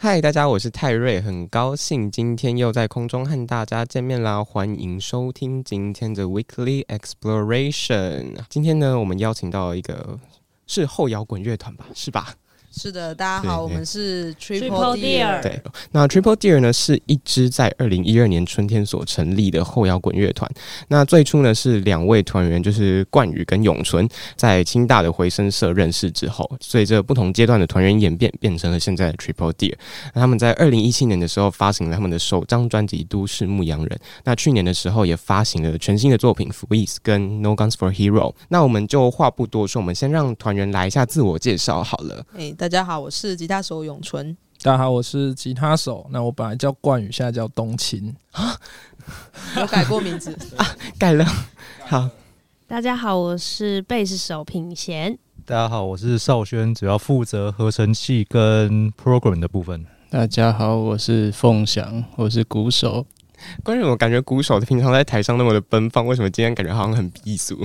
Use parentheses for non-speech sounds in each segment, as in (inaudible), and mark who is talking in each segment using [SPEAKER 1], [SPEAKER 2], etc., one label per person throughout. [SPEAKER 1] 嗨，大家，我是泰瑞，很高兴今天又在空中和大家见面啦！欢迎收听今天的 Weekly Exploration。今天呢，我们邀请到一个是后摇滚乐团吧，是吧？
[SPEAKER 2] 是的，大家好，
[SPEAKER 1] 对
[SPEAKER 2] 我们是
[SPEAKER 3] Triple
[SPEAKER 2] Triple
[SPEAKER 3] Deer
[SPEAKER 2] Deer，
[SPEAKER 1] 对，那 Triple Deer 呢是一支在二零一二年春天所成立的后摇滚乐团。那最初呢是两位团员，就是冠宇跟永存，在清大的回声社认识之后，随着不同阶段的团员演变，变成了现在的 Triple Deer。那他们在二零一七年的时候发行了他们的首张专辑《都市牧羊人》，那去年的时候也发行了全新的作品《Freeze》跟《No Guns for Hero》。那我们就话不多说，我们先让团员来一下自我介绍好了。
[SPEAKER 2] 哎、大家好，我是吉他手永纯。
[SPEAKER 4] 大家好，我是吉他手。那我本来叫冠宇，现在叫冬青。
[SPEAKER 2] 我改过名
[SPEAKER 1] (laughs)
[SPEAKER 2] 字，
[SPEAKER 1] 盖了，好。
[SPEAKER 3] 大家好，我是贝斯手品贤。
[SPEAKER 5] 大家好，我是邵轩，主要负责合成器跟 program 的部分。
[SPEAKER 6] 大家好，我是凤翔，我是鼓手。
[SPEAKER 1] 关键我感觉鼓手平常在台上那么的奔放，为什么今天感觉好像很避俗？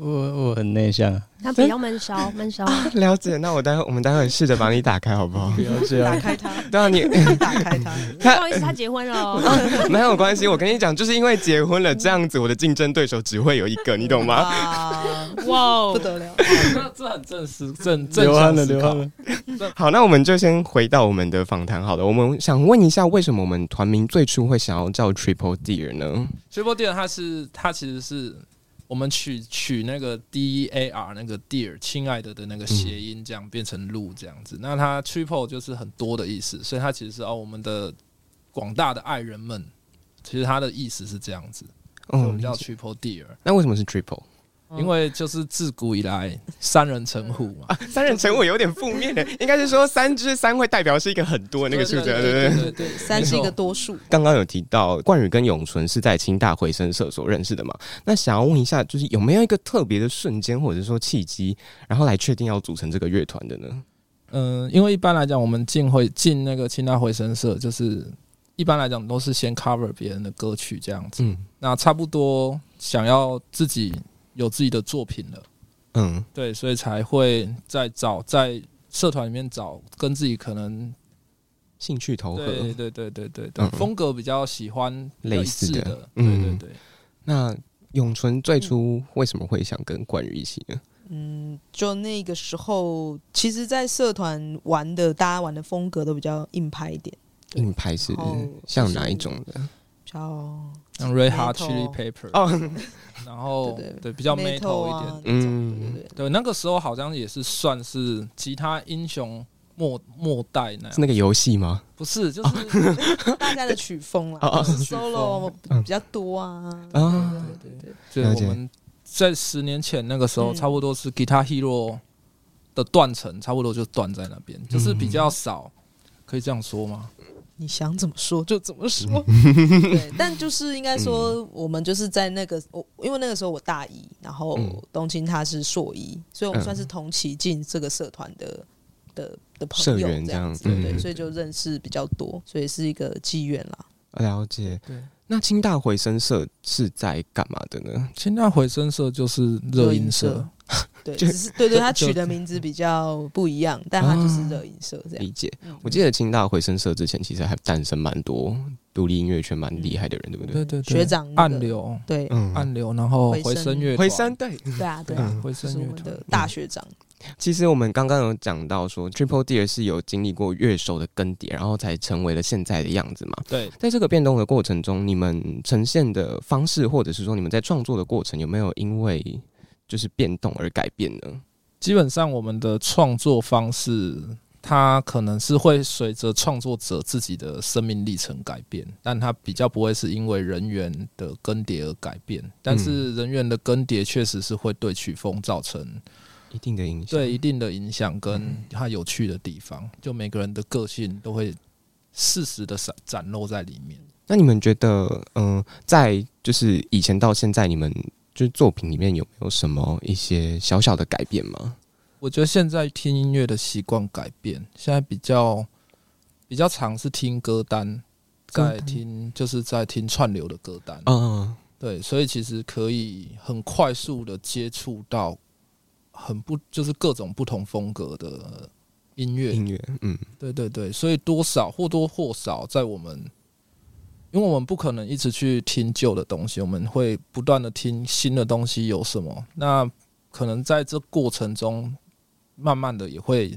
[SPEAKER 6] 我我很内向，啊
[SPEAKER 3] 他比较闷骚，闷骚。
[SPEAKER 1] (laughs) 了解，那我待会我们待会试着把你打开 (laughs) 好不好？
[SPEAKER 6] 不要这
[SPEAKER 2] 打
[SPEAKER 6] 样。
[SPEAKER 2] 开它，
[SPEAKER 1] 对啊， (laughs) 你
[SPEAKER 2] 打开它。
[SPEAKER 3] 不好意思，他结婚了哦。
[SPEAKER 1] 没有关系，我跟你讲，就是因为结婚了这样子，我的竞争对手只会有一个，你 (laughs) 懂吗？
[SPEAKER 2] 哇，
[SPEAKER 3] 哇
[SPEAKER 2] 啊不
[SPEAKER 3] 哦，
[SPEAKER 1] (laughs)
[SPEAKER 2] 得了！
[SPEAKER 4] 这这很正式，正正
[SPEAKER 6] 流汗了，流汗了。
[SPEAKER 1] 好，那我们就先回到我们的访谈好了。我们想问一下，为什么我们团名最初会想要叫 Triple Deer 呢？
[SPEAKER 4] Triple Deer 它是它其实是我们取取那个 D E A R 那个 Deer 亲爱的的那个谐音，这样、变成鹿这样子。那它 Triple 就是很多的意思，所以它其实是哦我们的广大的爱人们，其实它的意思是这样子，
[SPEAKER 6] 哦
[SPEAKER 4] 所以我
[SPEAKER 1] 嗯
[SPEAKER 4] 们，叫 Triple Deer，、
[SPEAKER 1] 那为什么是 Triple？
[SPEAKER 4] 因为就是自古以来三人成虎嘛。
[SPEAKER 6] 哦
[SPEAKER 1] 三人成我有点负面的，应该是说三之三会代表是一个很多的那个数字，对不对？
[SPEAKER 4] 对对，
[SPEAKER 2] 三是一个多数，
[SPEAKER 1] 刚刚有提到冠宇跟永纯是在清大回声社所认识的嘛？那想要问一下，就是有没有一个特别的瞬间或者是说契机，然后来确定要组成这个乐团的呢？
[SPEAKER 4] 嗯，因为一般来讲，我们进会进那个清大回声社，就是一般来讲都是先 cover 别人的歌曲这样子。
[SPEAKER 1] 嗯
[SPEAKER 4] 那差不多想要自己有自己的作品了，
[SPEAKER 1] 嗯
[SPEAKER 4] 对，所以才会再找在社团里面找跟自己可能
[SPEAKER 1] 兴趣投
[SPEAKER 4] 对
[SPEAKER 1] 合。
[SPEAKER 4] 对对对对对
[SPEAKER 1] 嗯
[SPEAKER 4] 风格比较喜欢
[SPEAKER 1] 类似
[SPEAKER 4] 的，
[SPEAKER 1] 的
[SPEAKER 4] 的对
[SPEAKER 1] 嗯
[SPEAKER 4] 对对。
[SPEAKER 1] 那永纯最初为什么会想跟冠宇一起呢？
[SPEAKER 2] 嗯，就那个时候，其实，在社团玩的，大家玩的风格都比较硬派一点，
[SPEAKER 1] 硬派是
[SPEAKER 2] 嗯好
[SPEAKER 1] 像哪一种的？
[SPEAKER 2] 比较
[SPEAKER 4] 像 Red
[SPEAKER 2] Metal
[SPEAKER 4] Hot Chili Pepper，、
[SPEAKER 1] 哦，
[SPEAKER 4] (laughs) 然后
[SPEAKER 2] 对对
[SPEAKER 4] 对比较
[SPEAKER 2] metal
[SPEAKER 4] metal
[SPEAKER 2] 啊，，那种
[SPEAKER 4] 一点
[SPEAKER 2] 对
[SPEAKER 1] 嗯，
[SPEAKER 2] 对对，
[SPEAKER 4] 对，那个时候好像也是算是吉他英雄末末代那样
[SPEAKER 1] 是，那个游戏吗？
[SPEAKER 4] 不是就是
[SPEAKER 1] (laughs)
[SPEAKER 2] 大家的曲风啦
[SPEAKER 1] 哦 (laughs) 哦嗯
[SPEAKER 2] 就是，solo 比较多啊，
[SPEAKER 1] 啊，
[SPEAKER 2] 对对对，
[SPEAKER 4] 对，
[SPEAKER 1] 了
[SPEAKER 4] 我
[SPEAKER 1] 解
[SPEAKER 4] 们在十年前那个时候，
[SPEAKER 2] 嗯
[SPEAKER 4] 差不多是 Guitar Hero 的断层，差不多就断在那边，
[SPEAKER 1] 嗯
[SPEAKER 4] 就是比较少，可以这样说吗？
[SPEAKER 2] 你想怎么说就怎
[SPEAKER 1] (laughs)
[SPEAKER 2] 么说。对，但就是应该
[SPEAKER 1] 嗯
[SPEAKER 2] 说，我们就是在那个我，因为那个时候我大一，然后
[SPEAKER 1] 嗯
[SPEAKER 2] 东京他是硕一，所以我们
[SPEAKER 1] 嗯
[SPEAKER 2] 算是同期进这个社团的的的
[SPEAKER 1] 社
[SPEAKER 2] 朋友
[SPEAKER 1] 员这
[SPEAKER 2] 这
[SPEAKER 1] 样
[SPEAKER 2] 样
[SPEAKER 1] 子
[SPEAKER 2] 子，对对，
[SPEAKER 1] 嗯
[SPEAKER 2] 所以就认识比较多，所以是一个机缘啦。
[SPEAKER 1] 啊了解。
[SPEAKER 4] 对，
[SPEAKER 1] 那清大回声社是在干嘛的呢？
[SPEAKER 4] 现在回声社就是热音
[SPEAKER 2] 热
[SPEAKER 4] 社
[SPEAKER 2] 音，对，
[SPEAKER 1] 就啊
[SPEAKER 2] 只是对对，
[SPEAKER 4] 就
[SPEAKER 2] 他
[SPEAKER 4] 就
[SPEAKER 2] 取的名字比较不一样，但他就是热音社这样。
[SPEAKER 1] 理解。
[SPEAKER 2] 嗯
[SPEAKER 4] 啊
[SPEAKER 1] 我记得清大回声社之前其实还诞生蛮多独立音乐圈蛮厉害的人，对不对？
[SPEAKER 4] 对对对，
[SPEAKER 2] 学长那个
[SPEAKER 4] 暗流
[SPEAKER 2] 对
[SPEAKER 1] 嗯
[SPEAKER 4] 暗流，然后回声乐团
[SPEAKER 1] 回声嗯对。
[SPEAKER 2] 对啊对
[SPEAKER 4] 对
[SPEAKER 2] 啊，
[SPEAKER 4] 回
[SPEAKER 2] 就
[SPEAKER 4] 声
[SPEAKER 2] 是我
[SPEAKER 4] 乐
[SPEAKER 2] 们
[SPEAKER 4] 团
[SPEAKER 2] 的。大学长，
[SPEAKER 1] 其实我们刚刚有讲到说，Triple Deer 是有经历过乐手的更迭，然后才成为了现在的样子嘛。
[SPEAKER 4] 对，
[SPEAKER 1] 在这个变动的过程中，你们呈现的方式，或者是说你们在创作的过程，有没有因为就是变动而改变呢？
[SPEAKER 4] 基本上我们的创作方式它可能是会随着创作者自己的生命历程改变，但它比较不会是因为人员的更迭而改变。但是人员的更迭确实是会对曲风造成
[SPEAKER 1] 一定的影响。
[SPEAKER 4] 对一定的影响，跟它有趣的地方，就每个人的个性都会适时的展展露在里面。
[SPEAKER 1] 那你们觉得，嗯、在就是以前到现在，你们就是作品里面有没有什么一些小小的改变吗？
[SPEAKER 4] 我觉得现在听音乐的习惯改变，现在比较比较常是听歌单，
[SPEAKER 1] 歌
[SPEAKER 4] 在
[SPEAKER 1] 单
[SPEAKER 4] 听就是在听串流的歌单。
[SPEAKER 1] 嗯，
[SPEAKER 4] 对，所以其实可以很快速的接触到很不就是各种不同风格的音乐。
[SPEAKER 1] 音乐，嗯，
[SPEAKER 4] 对对对，所以多少或多或少在我们，因为我们不可能一直去听旧的东西，我们会不断的听新的东西有什么。那可能在这过程中，慢慢的也会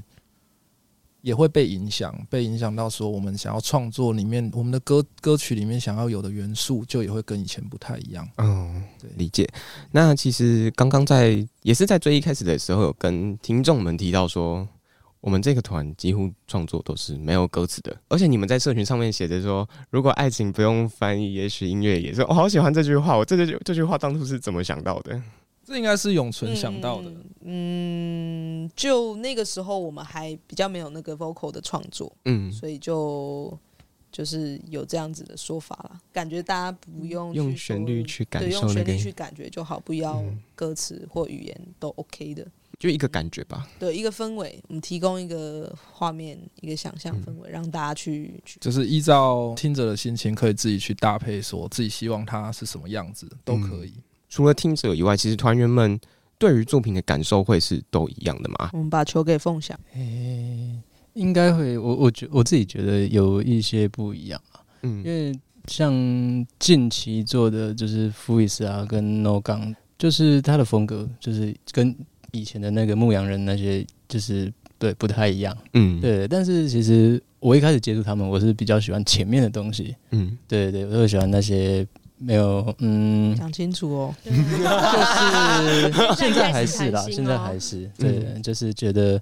[SPEAKER 4] 也会被影响，被影响到说我们想要创作里面我们的歌歌曲里面想要有的元素，就也会跟以前不太一样。
[SPEAKER 1] 哦
[SPEAKER 4] 对，
[SPEAKER 1] 理解。那其实刚刚在也是在最一开始的时候，有跟听众们提到说，我们这个团几乎创作都是没有歌词的，而且你们在社群上面写着说，如果爱情不用翻译，也许音乐也是。我、好喜欢这句话，我这句这句话当初是怎么想到的？
[SPEAKER 4] 这应该是永存想到的，
[SPEAKER 2] 嗯，嗯就那个时候我们还比较没有那个 vocal 的创作，
[SPEAKER 1] 嗯，
[SPEAKER 2] 所以就就是有这样子的说法啦。感觉大家不用去
[SPEAKER 1] 用
[SPEAKER 2] 说
[SPEAKER 1] 旋律去感
[SPEAKER 2] 对用
[SPEAKER 1] 受那
[SPEAKER 2] 旋
[SPEAKER 1] 个
[SPEAKER 2] 律，去感觉就好，不要
[SPEAKER 1] 嗯
[SPEAKER 2] 歌词或语言都 OK 的。
[SPEAKER 1] 就一个感觉吧。
[SPEAKER 2] 对一个氛围，我们提供一个画面，一个想象氛围，让大家去去
[SPEAKER 4] 就是依照听者的心情，可以自己去搭配，说自己希望它是什么样子都可以。
[SPEAKER 1] 除了听者以外，其实团员们对于作品的感受会是都一样的嘛？
[SPEAKER 2] 我们把球给凤翔，
[SPEAKER 6] 诶，应该会，我我觉我自己觉得有一些不一样，啊
[SPEAKER 1] 嗯
[SPEAKER 6] 因为像近期做的就是富伊斯啊跟 No Gang，就是他的风格就是跟以前的那个牧羊人那些就是对不太一样，
[SPEAKER 1] 嗯，，
[SPEAKER 6] 对，但是其实我一开始接触他们，我是比较喜欢前面的东西，
[SPEAKER 1] 嗯，
[SPEAKER 6] 对对，我会喜欢那些没有嗯。
[SPEAKER 2] 讲清楚哦。
[SPEAKER 3] (laughs)
[SPEAKER 6] 就是现在还是啦，
[SPEAKER 3] 现在开始谈心哦
[SPEAKER 6] 现在还是对，就是觉得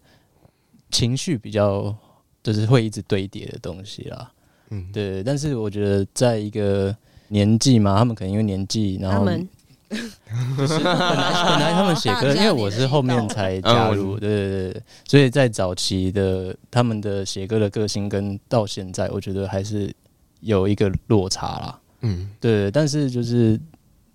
[SPEAKER 6] 情绪比较就是会一直堆叠的东西啦。
[SPEAKER 1] 嗯，
[SPEAKER 6] 对，但是我觉得在一个年纪嘛，他们可能因为年纪，然
[SPEAKER 3] 他
[SPEAKER 6] 后 (laughs)
[SPEAKER 3] 们
[SPEAKER 6] 本
[SPEAKER 2] (laughs)
[SPEAKER 6] 来本来他们写歌，因为我是后面才加入，对对对对，所以在早期的他们的写歌的个性跟到现在，我觉得还是有一个落差啦。
[SPEAKER 1] 嗯，
[SPEAKER 6] 对，但是就是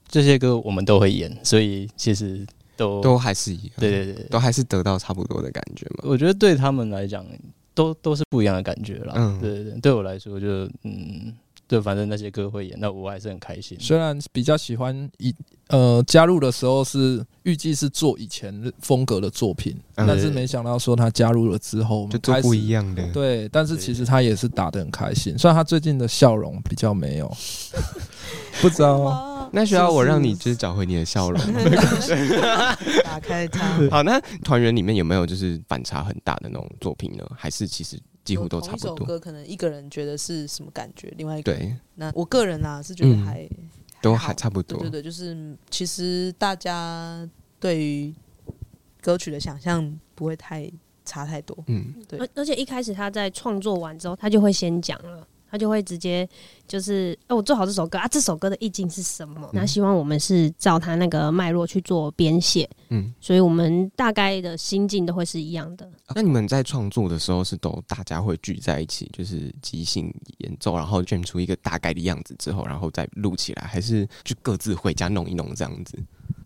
[SPEAKER 6] 这些歌我们都会演，所以其实都
[SPEAKER 1] 都还是一样，
[SPEAKER 6] 对对对，
[SPEAKER 1] 都还是得到差不多的感觉嘛。
[SPEAKER 6] 我觉得对他们来讲，都都是不一样的感觉啦。
[SPEAKER 1] 嗯
[SPEAKER 6] 对对对，对我来说就嗯，对，反正那些歌会演，那我还是很开心。
[SPEAKER 4] 虽然比较喜欢以呃加入的时候是预计是做以前风格的作品，
[SPEAKER 1] 嗯
[SPEAKER 4] 但是没想到说他加入了之后，我
[SPEAKER 1] 就
[SPEAKER 4] 们
[SPEAKER 1] 做
[SPEAKER 4] 开始
[SPEAKER 1] 不一。样的，
[SPEAKER 4] 对，但是其实他也是打得很开心，虽然他最近的笑容比较没有， (laughs) 不知道啊
[SPEAKER 1] 哦那需要我让你就是找回你的笑容。
[SPEAKER 2] (laughs) 打开它，
[SPEAKER 1] 好，那团员里面有没有就是反差很大的那种作品呢？还是其实几乎都差不
[SPEAKER 2] 同一首
[SPEAKER 1] 多？
[SPEAKER 2] 歌可能一个人觉得是什么感觉，另外一个
[SPEAKER 1] 对，
[SPEAKER 2] 那我个人啊是觉得
[SPEAKER 1] 嗯
[SPEAKER 2] 还
[SPEAKER 1] 都
[SPEAKER 2] 好
[SPEAKER 1] 还差不
[SPEAKER 2] 对
[SPEAKER 1] 多。
[SPEAKER 2] 对对，就是其实大家对于歌曲的想象不会太差太多。
[SPEAKER 1] 嗯，
[SPEAKER 2] 对
[SPEAKER 3] 而而且一开始他在创作完之后，他就会先讲了，他就会直接就是，哦，我做好这首歌啊，这首歌的意境是什么？那希望我们是照他那个脉络去做编写，
[SPEAKER 1] 嗯，
[SPEAKER 3] 所以我们大概的心境都会是一样的。
[SPEAKER 1] 那你们在创作的时候是都大家会聚在一起，就是即兴演奏，然后卷出一个大概的样子之后，然后再录起来，还是就各自回家弄一弄这样子？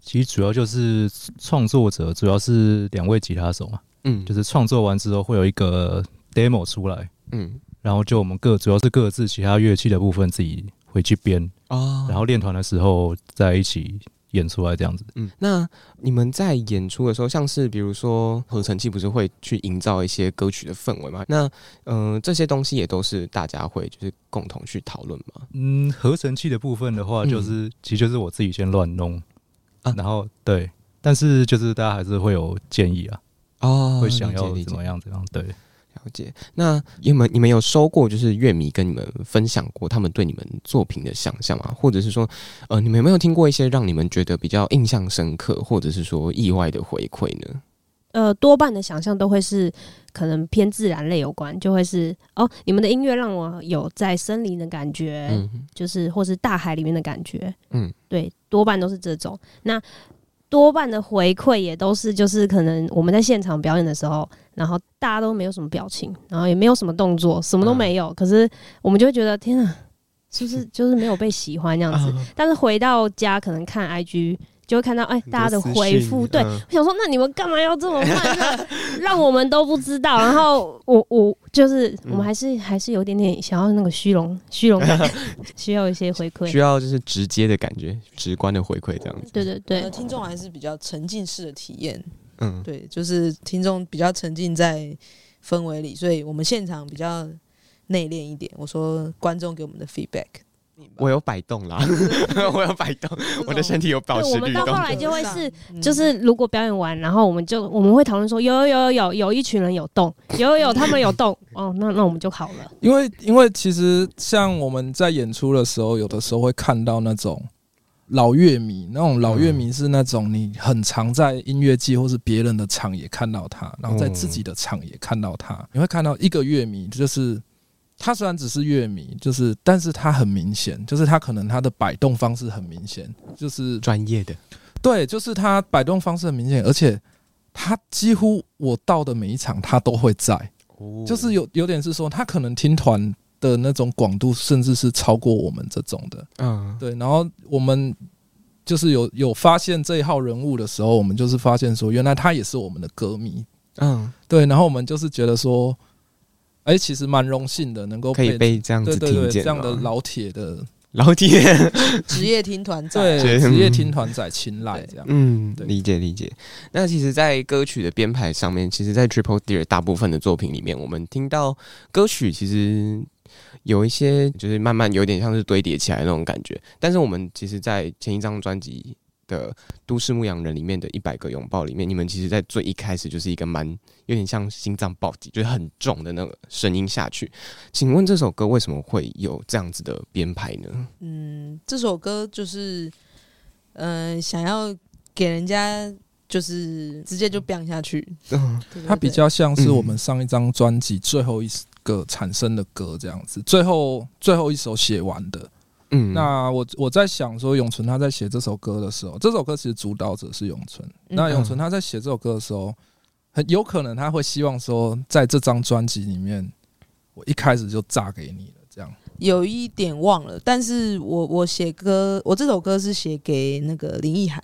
[SPEAKER 5] 其实主要就是创作者，主要是两位吉他手嘛，
[SPEAKER 1] 嗯，
[SPEAKER 5] 就是创作完之后会有一个 demo 出来，
[SPEAKER 1] 嗯
[SPEAKER 5] 然后就我们各主要是各自其他乐器的部分自己回去编，
[SPEAKER 1] 哦，
[SPEAKER 5] 然后练团的时候在一起演出来这样子。
[SPEAKER 1] 嗯，那你们在演出的时候，像是比如说合成器，不是会去营造一些歌曲的氛围吗？那嗯、呃这些东西也都是大家会就是共同去讨论吗？
[SPEAKER 5] 嗯，合成器的部分的话，
[SPEAKER 1] 嗯
[SPEAKER 5] 就是、其实就是我自己先乱弄，
[SPEAKER 1] 啊
[SPEAKER 5] 然后对，但是就是大家还是会有建议啊，
[SPEAKER 1] 哦
[SPEAKER 5] 会想要
[SPEAKER 1] 理解
[SPEAKER 5] 怎么样怎么样，对。
[SPEAKER 1] 了解。那你们你们有收过就是乐迷跟你们分享过他们对你们作品的想象吗？或者是说，呃，你们有没有听过一些让你们觉得比较印象深刻，或者是说意外的回馈呢？
[SPEAKER 3] 呃多半的想象都会是可能偏自然类有关，就会是哦，你们的音乐让我有在森林的感觉，
[SPEAKER 1] 嗯
[SPEAKER 3] 就是或是大海里面的感觉，
[SPEAKER 1] 嗯，
[SPEAKER 3] 对，多半都是这种。那多半的回馈也都是，就是可能我们在现场表演的时候，然后大家都没有什么表情，然后也没有什么动作，什
[SPEAKER 1] 嗯
[SPEAKER 3] 么都没有，可是我们就会觉得天啊，是不是就是没有被喜欢这样
[SPEAKER 1] (laughs)
[SPEAKER 3] 子？
[SPEAKER 1] 嗯
[SPEAKER 3] 但是回到家可能看 IG。就会看到哎，大家的回复，对，
[SPEAKER 1] 嗯
[SPEAKER 3] 我想说，那你们干嘛要这么慢 (laughs) 呢？让我们都不知道。然后我我就是我们还是、还是有点点想要那个虚 (laughs) 荣虚荣感，需要一些回
[SPEAKER 1] 需
[SPEAKER 3] 馈。
[SPEAKER 1] 要就是直接的感觉，直观的回馈这样子。
[SPEAKER 3] 对对
[SPEAKER 2] 呃
[SPEAKER 3] 对，
[SPEAKER 2] 听众还是比较沉浸式的体验，
[SPEAKER 1] 嗯，
[SPEAKER 2] 对，就是听众比较沉浸在氛围里，所以我们现场比较内敛一点。我说观众给我们的 feedback，
[SPEAKER 1] 我有摆动
[SPEAKER 4] (laughs)
[SPEAKER 1] 啦， (laughs) 我有摆动， (laughs) 我的身
[SPEAKER 2] 体
[SPEAKER 1] 体有保
[SPEAKER 3] 对
[SPEAKER 1] 持
[SPEAKER 3] 我们
[SPEAKER 1] 律
[SPEAKER 3] 到
[SPEAKER 1] 动
[SPEAKER 3] 后。来就会是，就是
[SPEAKER 2] 嗯
[SPEAKER 3] 如果表演完，然后我们就我们会讨论说，有有有有有有一群人有动，有有有他们有动，哦，那那我们就好了。
[SPEAKER 4] 因为因为其实像我们在演出的时候，有的时候会看到那种老乐迷，那种老乐迷是那种你很常在音乐季或是别人的场也看到他，然后在自己的场也看到他，你会看到一个乐迷就是。他虽然只是乐迷，就是，但是他很明显，就是他可能他的摆动方式很明显，就是
[SPEAKER 1] 专业的，
[SPEAKER 4] 对，就是他摆动方式很明显，而且他几乎我到的每一场他都会在，
[SPEAKER 1] 哦
[SPEAKER 4] 就是有有点是说他可能听团的那种广度，甚至是超过我们这种的。
[SPEAKER 1] 嗯，
[SPEAKER 4] 对，然后我们就是有有发现这一号人物的时候，我们就是发现说，原来他也是我们的歌迷。
[SPEAKER 1] 嗯，
[SPEAKER 4] 对，然后我们就是觉得说，哎、其实蛮荣幸的，能够
[SPEAKER 1] 可以被这样
[SPEAKER 4] 对
[SPEAKER 1] 子
[SPEAKER 4] 对
[SPEAKER 1] 听
[SPEAKER 4] 对
[SPEAKER 1] 见啊
[SPEAKER 4] 这样的
[SPEAKER 1] 吗
[SPEAKER 4] 老铁的
[SPEAKER 1] 老铁，
[SPEAKER 2] 职业听团仔
[SPEAKER 4] 对
[SPEAKER 2] 啊，
[SPEAKER 1] 对
[SPEAKER 4] 职业
[SPEAKER 1] 嗯
[SPEAKER 4] 听团仔青睐这样。
[SPEAKER 1] 嗯，
[SPEAKER 4] 对
[SPEAKER 1] 理解理解。那其实，在歌曲的编排上面，其实，在 Triple Deer 大部分的作品里面，我们听到歌曲其实有一些就是慢慢有点像是堆叠起来那种感觉。但是，我们其实，在前一张专辑的《都市牧羊人》里面的一百个拥抱里面，你们其实，在最一开始就是一个蛮有点像心脏暴击，就是很重的那个声音下去。请问这首歌为什么会有这样子的编排呢？
[SPEAKER 2] 嗯，这首歌就是，嗯、想要给人家就是直接就 bang 下去，
[SPEAKER 1] 嗯
[SPEAKER 4] (laughs)
[SPEAKER 2] 对对
[SPEAKER 4] 它比
[SPEAKER 2] 对
[SPEAKER 4] 较像是我们上一张专辑最后一个产生的歌这样子，最后最后一首写完的。
[SPEAKER 1] 嗯，
[SPEAKER 4] 那我我在想说，永存他在写这首歌的时候，这首歌其实主导者是永存。
[SPEAKER 2] 嗯
[SPEAKER 4] 那永存他在写这首歌的时候，很有可能他会希望说，在这张专辑里面，我一开始就炸给你了，这样。
[SPEAKER 2] 有一点忘了，但是我我写歌，我这首歌是写给那个林奕涵，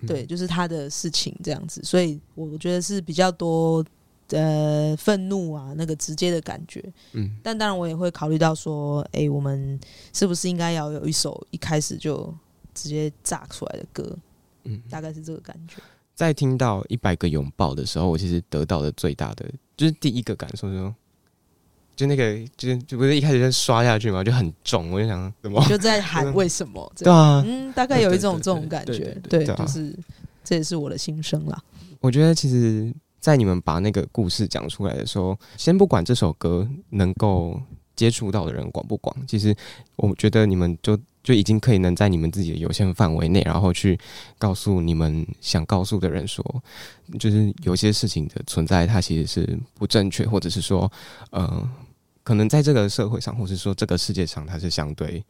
[SPEAKER 1] 嗯
[SPEAKER 2] 对，就是他的事情这样子，所以我我觉得是比较多呃愤怒啊那个直接的感觉，
[SPEAKER 1] 嗯
[SPEAKER 2] 但当然我也会考虑到说，哎、我们是不是应该要有一首一开始就直接炸出来的歌，
[SPEAKER 1] 嗯。
[SPEAKER 2] 大概是这个感觉。
[SPEAKER 1] 在听到一百个拥抱的时候，我其实得到的最大的就是第一个感受就是说，就那个就是就不是一开始就刷下去嘛，就很重，我就想怎么
[SPEAKER 2] (laughs) 就在喊为什么这
[SPEAKER 1] 对
[SPEAKER 2] 样，
[SPEAKER 1] 啊？
[SPEAKER 2] 嗯，大概有一种这种感
[SPEAKER 4] 嗯对
[SPEAKER 2] 觉
[SPEAKER 4] 对，
[SPEAKER 2] 对，
[SPEAKER 1] 对啊
[SPEAKER 2] 就是这也是我的心声啦。
[SPEAKER 1] 我觉得其实，在你们把那个故事讲出来的时候，先不管这首歌能够接触到的人广不广，其实我觉得你们就就已经可以能在你们自己的有限范围内，然后去告诉你们想告诉的人说，就是有些事情的存在，它其实是不正确，或者是说，呃，可能在这个社会上，或是说这个世界上，它是相对。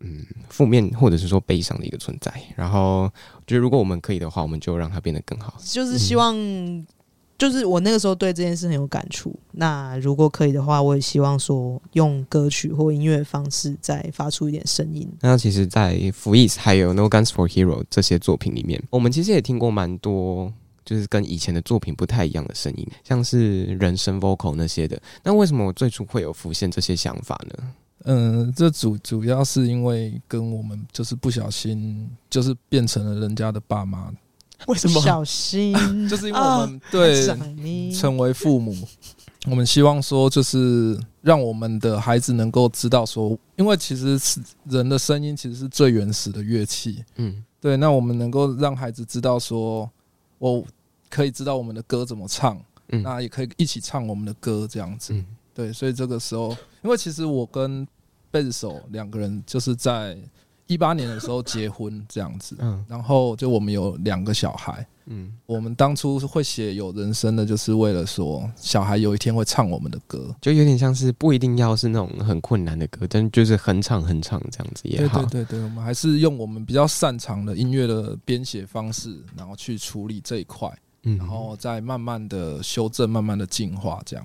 [SPEAKER 1] 嗯，负面或者是说悲伤的一个存在。然后，就如果我们可以的话，我们就让它变得更好。
[SPEAKER 4] 嗯
[SPEAKER 2] 就是希望，就是我那个时候对这件事很有感触。那如果可以的话，我也希望说用歌曲或音乐方式再发出一点声音。
[SPEAKER 1] 那其实，在《f r e e z 还有《No Guns for Hero》这些作品里面，我们其实也听过蛮多，就是跟以前的作品不太一样的声音，像是人声 vocal 那些的。那为什么我最初会有浮现这些想法呢？
[SPEAKER 4] 嗯，这主主要是因为跟我们就是不小心就是变成了人家的爸妈，
[SPEAKER 1] 为
[SPEAKER 2] 小心，
[SPEAKER 4] (laughs) 就是因为我们、对
[SPEAKER 2] (laughs) 想你
[SPEAKER 4] 成为父母，我们希望说就是让我们的孩子能够知道说，因为其实是人的声音其实是最原始的乐器，
[SPEAKER 1] 嗯
[SPEAKER 4] 对，那我们能够让孩子知道说，我可以知道我们的歌怎么唱，
[SPEAKER 1] 嗯
[SPEAKER 4] 那也可以一起唱我们的歌这样子，
[SPEAKER 1] 嗯
[SPEAKER 4] 对，所以这个时候，因为其实我跟贝斯手两个人就是在一八年的时候结婚这样子，
[SPEAKER 1] 嗯
[SPEAKER 4] 然后就我们有两个小孩，
[SPEAKER 1] 嗯，
[SPEAKER 4] 我们当初会写有人生的，就是为了说小孩有一天会唱我们的歌，
[SPEAKER 1] 就有点像是不一定要是那种很困难的歌，但就是哼唱哼唱这样子也
[SPEAKER 4] 对
[SPEAKER 1] 好。
[SPEAKER 4] 对对对，我们还是用我们比较擅长的音乐的编写方式，然后去处理这一块，
[SPEAKER 1] 嗯，
[SPEAKER 4] 然后再慢慢的修正，慢慢的进化，这样。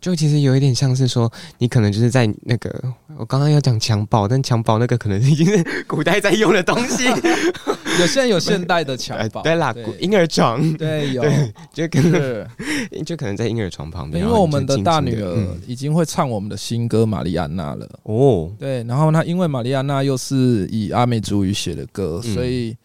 [SPEAKER 1] 就其实有一点像是说，你可能就是在那个，我刚刚要讲襁褓，但襁褓那个可能已经是古代在用的东西。
[SPEAKER 4] 有现在有现代的 (laughs) 襁
[SPEAKER 1] 呃
[SPEAKER 4] 褓，
[SPEAKER 1] 对啦，古婴儿床，(laughs)
[SPEAKER 4] 对有，
[SPEAKER 1] 就可能
[SPEAKER 4] 是
[SPEAKER 1] (laughs) 就可能在婴儿床旁边。
[SPEAKER 4] 因
[SPEAKER 1] 然
[SPEAKER 4] 为
[SPEAKER 1] 后
[SPEAKER 4] 我们
[SPEAKER 1] 你就
[SPEAKER 4] 的
[SPEAKER 1] 轻
[SPEAKER 4] 大
[SPEAKER 1] 轻地
[SPEAKER 4] 女儿
[SPEAKER 1] 嗯
[SPEAKER 4] 已经会唱我们的新歌《玛丽安娜》了。
[SPEAKER 1] 哦，
[SPEAKER 4] 对，然后呢，因为玛丽安娜又是以阿美族语写的歌，
[SPEAKER 1] 嗯
[SPEAKER 4] 所以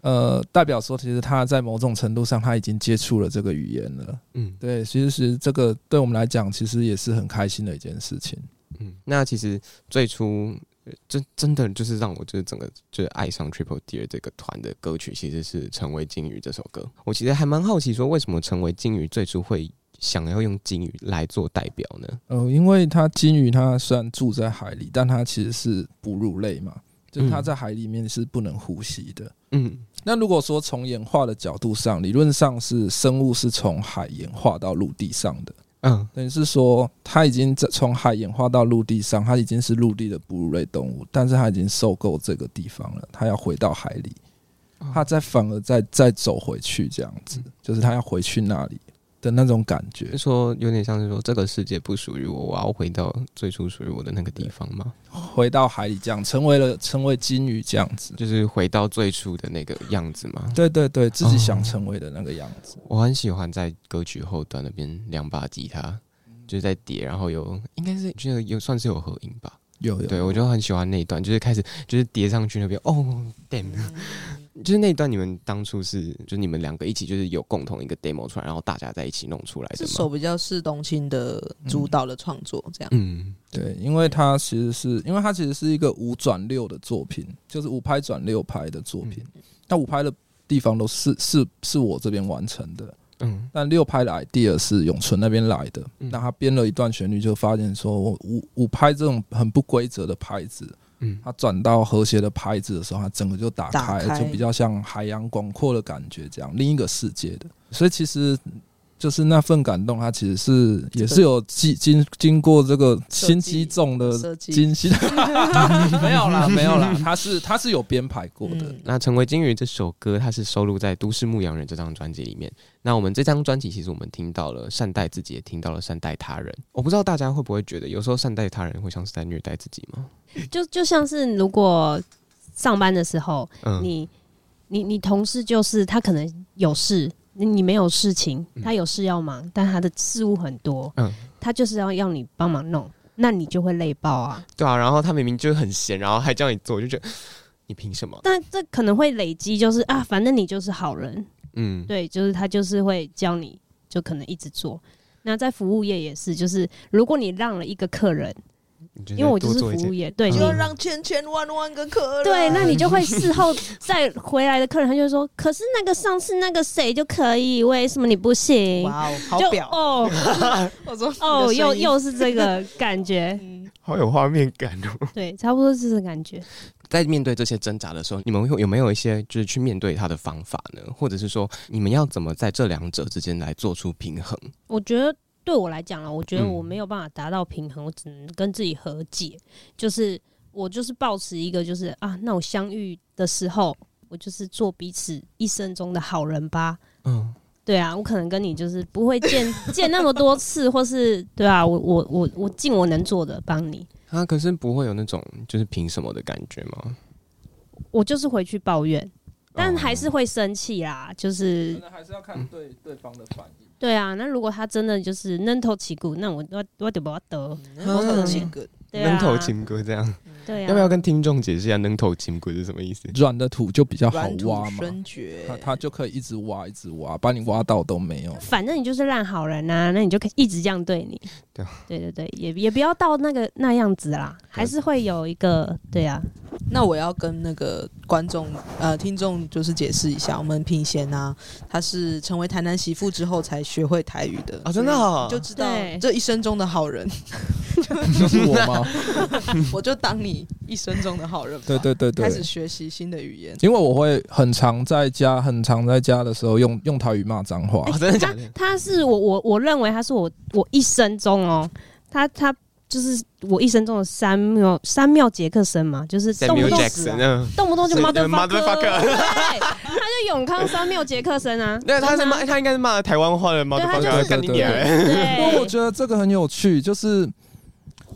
[SPEAKER 4] 呃，代表说其实她在某种程度上她已经接触了这个语言了。
[SPEAKER 1] 嗯
[SPEAKER 4] 对，其实是这个对我们来讲，其实也是很开心的一件事情。
[SPEAKER 1] 嗯，那其实最初呃真真的就是让我就是整个就是爱上 Triple Deer 这个团的歌曲，其实是《成为鲸鱼》这首歌。我其实还蛮好奇，说为什么《成为鲸鱼》最初会想要用鲸鱼来做代表呢？
[SPEAKER 4] 呃，因为它金鱼它虽然住在海里，但它其实是哺乳类嘛，就是它
[SPEAKER 1] 嗯
[SPEAKER 4] 在海里面是不能呼吸的。
[SPEAKER 1] 嗯
[SPEAKER 4] 那如果说从演化的角度上，理论上是生物是从海演化到陆地上的，
[SPEAKER 1] 嗯
[SPEAKER 4] 等于是说它已经在从海演化到陆地上，它已经是陆地的哺乳类动物，但是它已经受够这个地方了，它要回到海里，它再反而再再走回去这样子，就是它要回去那里的那种感觉
[SPEAKER 1] 就。说有点像是说这个世界不属于我，我要回到最初属于我的那个地方嘛，
[SPEAKER 4] 回到海里这样，成为了成为金鱼这样子。
[SPEAKER 1] 就是回到最初的那个样子嘛。
[SPEAKER 4] 对对对，自己
[SPEAKER 1] 哦
[SPEAKER 4] 想成为的那个样子。
[SPEAKER 1] 我很喜欢在歌曲后端那边两把吉他，就是在叠，然后有应该是觉得有算是有合音吧。
[SPEAKER 4] 有有，
[SPEAKER 1] 对，我就很喜欢那一段，就是开始就是叠上去那边，哦，damn，就是 (laughs) 那一段你们当初是就是你们两个一起就是有共同一个 demo 出来，然后大家在一起弄出来
[SPEAKER 2] 这
[SPEAKER 1] 的
[SPEAKER 2] 首
[SPEAKER 1] 嘛。
[SPEAKER 2] 比较是董卿的主导的创作，这样。
[SPEAKER 1] 嗯，
[SPEAKER 4] 对，因为它其实是因为它其实是一个五转六的作品，就是五拍转六拍的作品。那五拍的地方都是是是我这边完成的，
[SPEAKER 1] 嗯
[SPEAKER 4] 但六拍的 idea 是永存那边来的。
[SPEAKER 1] 嗯
[SPEAKER 4] 那他编了一段旋律，就发现说我五五拍这种很不规则的拍子，
[SPEAKER 1] 嗯
[SPEAKER 4] 它转到和谐的拍子的时候，它整个就打
[SPEAKER 2] 打
[SPEAKER 4] 开，
[SPEAKER 2] 开
[SPEAKER 4] 就比较像海洋广阔的感觉，这样另一个世界的。所以其实就是那份感动，它其实是也是有经经经过这个心机重的
[SPEAKER 2] 设计
[SPEAKER 4] 嗯
[SPEAKER 2] (laughs)
[SPEAKER 4] 精心，没有啦，没有 (laughs) 啦，它是它是有编排过的。
[SPEAKER 2] 嗯
[SPEAKER 1] 那《成为金鱼》这首歌，它是收录在《都市牧羊人》这张专辑里面。那我们这张专辑，其实我们听到了善待自己，也听到了善待他人。我不知道大家会不会觉得，有时候善待他人会像是在虐待自己吗？
[SPEAKER 3] (laughs) 就就像是如果上班的时候，
[SPEAKER 1] 嗯，
[SPEAKER 3] 你你你同事就是他可能有事，你你没有事情，他有事要忙，但他的事务很多，
[SPEAKER 1] 嗯
[SPEAKER 3] 他就是要要你帮忙弄，那你就会累爆啊。
[SPEAKER 1] 对啊，然后他明明就很闲，然后还叫你做，我就觉得你凭什么？
[SPEAKER 3] 但这可能会累积，就是啊，反正你就是好人，
[SPEAKER 1] 嗯，
[SPEAKER 3] 对，就是他就是会教你，就可能一直做。那在服务业也是，就是如果你让了一个客人，
[SPEAKER 1] 你就
[SPEAKER 3] 因为我就
[SPEAKER 1] 多
[SPEAKER 3] 是
[SPEAKER 1] 做一
[SPEAKER 3] 服
[SPEAKER 1] 件
[SPEAKER 3] 务业，对，
[SPEAKER 1] 嗯
[SPEAKER 3] 你
[SPEAKER 2] 就要让千千万万个客人。
[SPEAKER 3] 对，那你就会事后再回来的客人，他就会说：“可是那个上次那个谁就可以，为什么你不行？”
[SPEAKER 2] 哇哦，好
[SPEAKER 3] 就
[SPEAKER 2] 表 (laughs)
[SPEAKER 3] 哦
[SPEAKER 2] 我说
[SPEAKER 3] 哦，
[SPEAKER 2] 又
[SPEAKER 3] 又又是这个
[SPEAKER 2] (laughs)
[SPEAKER 3] 感觉，
[SPEAKER 2] 嗯
[SPEAKER 1] 好有画面感哦。 (laughs)
[SPEAKER 3] 对，差不多是这个感觉。
[SPEAKER 1] 在面对这些挣扎的时候，你们会有没有一些就是去面对它的方法呢？或者是说，你们要怎么在这两者之间来做出平衡？
[SPEAKER 3] 我觉得对我来讲了，啊我觉得
[SPEAKER 1] 嗯
[SPEAKER 3] 我没有办法达到平衡，我只能跟自己和解。就是我就是保持一个，就是啊，那我相遇的时候，我就是做彼此一生中的好人吧。
[SPEAKER 1] 嗯，
[SPEAKER 3] 对啊，我可能跟你就是不会见见那么多次，或是对啊，我我我我尽我能做的帮你，
[SPEAKER 1] 啊，可是不会有那种就是凭什么的感觉吗？
[SPEAKER 3] 我就是回去抱怨，但还是会生气啦，就是
[SPEAKER 4] 还是要看对对方的反应。
[SPEAKER 3] 对啊。那如果他真的就是愣头起骨，那我我我得不要得，
[SPEAKER 2] 好可亲
[SPEAKER 4] 嗯
[SPEAKER 2] 个
[SPEAKER 3] 对啊，
[SPEAKER 1] 扔头金龟这样，
[SPEAKER 3] 对啊，
[SPEAKER 1] 要不要跟听众解释一下扔头金龟是什么意思？
[SPEAKER 4] 软的土就比较好
[SPEAKER 2] 软土
[SPEAKER 4] 挖嘛，
[SPEAKER 2] 生绝，
[SPEAKER 4] 它它就可以一直挖一直挖，把你挖到都没
[SPEAKER 2] (laughs)
[SPEAKER 4] 有。
[SPEAKER 3] 反正你就是烂好人呐、那你就可以一直这样对你。
[SPEAKER 1] 对啊
[SPEAKER 3] 对对对，也也不要到那个那样子啦，还是会有一个对啊，
[SPEAKER 2] 那我要跟那个观众呃听众就是解释一下，我们品贤啊，他是成为台南媳妇之后才学会台语的
[SPEAKER 4] 啊
[SPEAKER 1] 哦，真的、哦，
[SPEAKER 2] 就知道
[SPEAKER 3] 对
[SPEAKER 2] 这一生中的好人， (laughs)
[SPEAKER 7] 就是我吗？
[SPEAKER 2] 我就当你一生中的好人吧。
[SPEAKER 4] 对对对对，
[SPEAKER 2] 开始学习新的语言。
[SPEAKER 4] 因为我会很常在家，很常在家的时候用用台语骂脏话。
[SPEAKER 1] (laughs)
[SPEAKER 3] 哎
[SPEAKER 1] 哦真的假
[SPEAKER 3] 他
[SPEAKER 1] 的？
[SPEAKER 3] 他是我我我认为他是我我一生中哦，他他就是我一生中的三秒三秒杰克森嘛，就是动
[SPEAKER 1] Samuel
[SPEAKER 3] 不动啊
[SPEAKER 1] Jackson，嗯，
[SPEAKER 3] 动不动就
[SPEAKER 1] 对
[SPEAKER 3] mother
[SPEAKER 1] motherfucker
[SPEAKER 3] 对，他就永康三缪杰克森啊，
[SPEAKER 1] 那他是
[SPEAKER 3] 真的
[SPEAKER 1] (laughs)
[SPEAKER 3] 啊
[SPEAKER 1] 骂，他应该是骂台湾话的吗？
[SPEAKER 3] 对他
[SPEAKER 4] 就是
[SPEAKER 1] 跟你娘
[SPEAKER 4] 不过我
[SPEAKER 3] 对，
[SPEAKER 4] 觉得这个很有趣，就是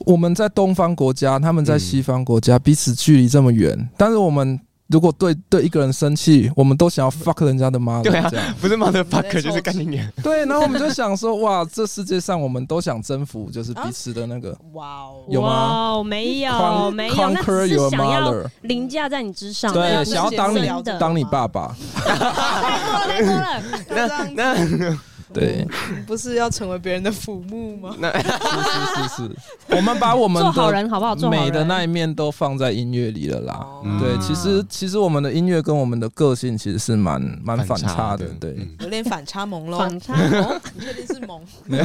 [SPEAKER 4] 我们在东方国家，他们在西方国家，彼此距离这么远，但是我们如果对对一个人生气，我们都想要 fuck 人家的妈的，
[SPEAKER 1] 对啊 (laughs)
[SPEAKER 4] 这样
[SPEAKER 1] 不是 motherfucker
[SPEAKER 2] 在
[SPEAKER 1] 就是干你娘。
[SPEAKER 4] 对，然后我们就想说，哇，这世界上我们都想征服，就是彼此的那个
[SPEAKER 2] 哇
[SPEAKER 4] (laughs)
[SPEAKER 2] 哦，
[SPEAKER 4] 有吗
[SPEAKER 3] 哇？没有，
[SPEAKER 4] con
[SPEAKER 3] 没有，那
[SPEAKER 4] conquer
[SPEAKER 3] 只是
[SPEAKER 4] your
[SPEAKER 3] 想要
[SPEAKER 4] mother，
[SPEAKER 3] 凌驾在你之上，
[SPEAKER 4] 对
[SPEAKER 3] 那不是
[SPEAKER 4] 想要当你
[SPEAKER 3] 真的
[SPEAKER 4] 当你爸爸， (laughs)
[SPEAKER 3] 太多了，太多了，
[SPEAKER 2] 那这样
[SPEAKER 1] 那
[SPEAKER 4] 对，
[SPEAKER 2] 你不是要成为别人的父母吗？
[SPEAKER 4] 是是是，我们把我们
[SPEAKER 3] 哦做好
[SPEAKER 4] 的
[SPEAKER 3] 人好不好？做好人
[SPEAKER 4] 美的那一面都放在音乐里了啦。
[SPEAKER 2] 哦
[SPEAKER 1] 嗯
[SPEAKER 4] 对，其实其实我们的音乐跟我们的个性其实是蛮蛮反差
[SPEAKER 1] 差
[SPEAKER 4] 的，对。
[SPEAKER 1] 嗯
[SPEAKER 2] 有点反差萌喽。
[SPEAKER 3] 反差萌，
[SPEAKER 4] (laughs)
[SPEAKER 2] 你确定是萌？ (laughs)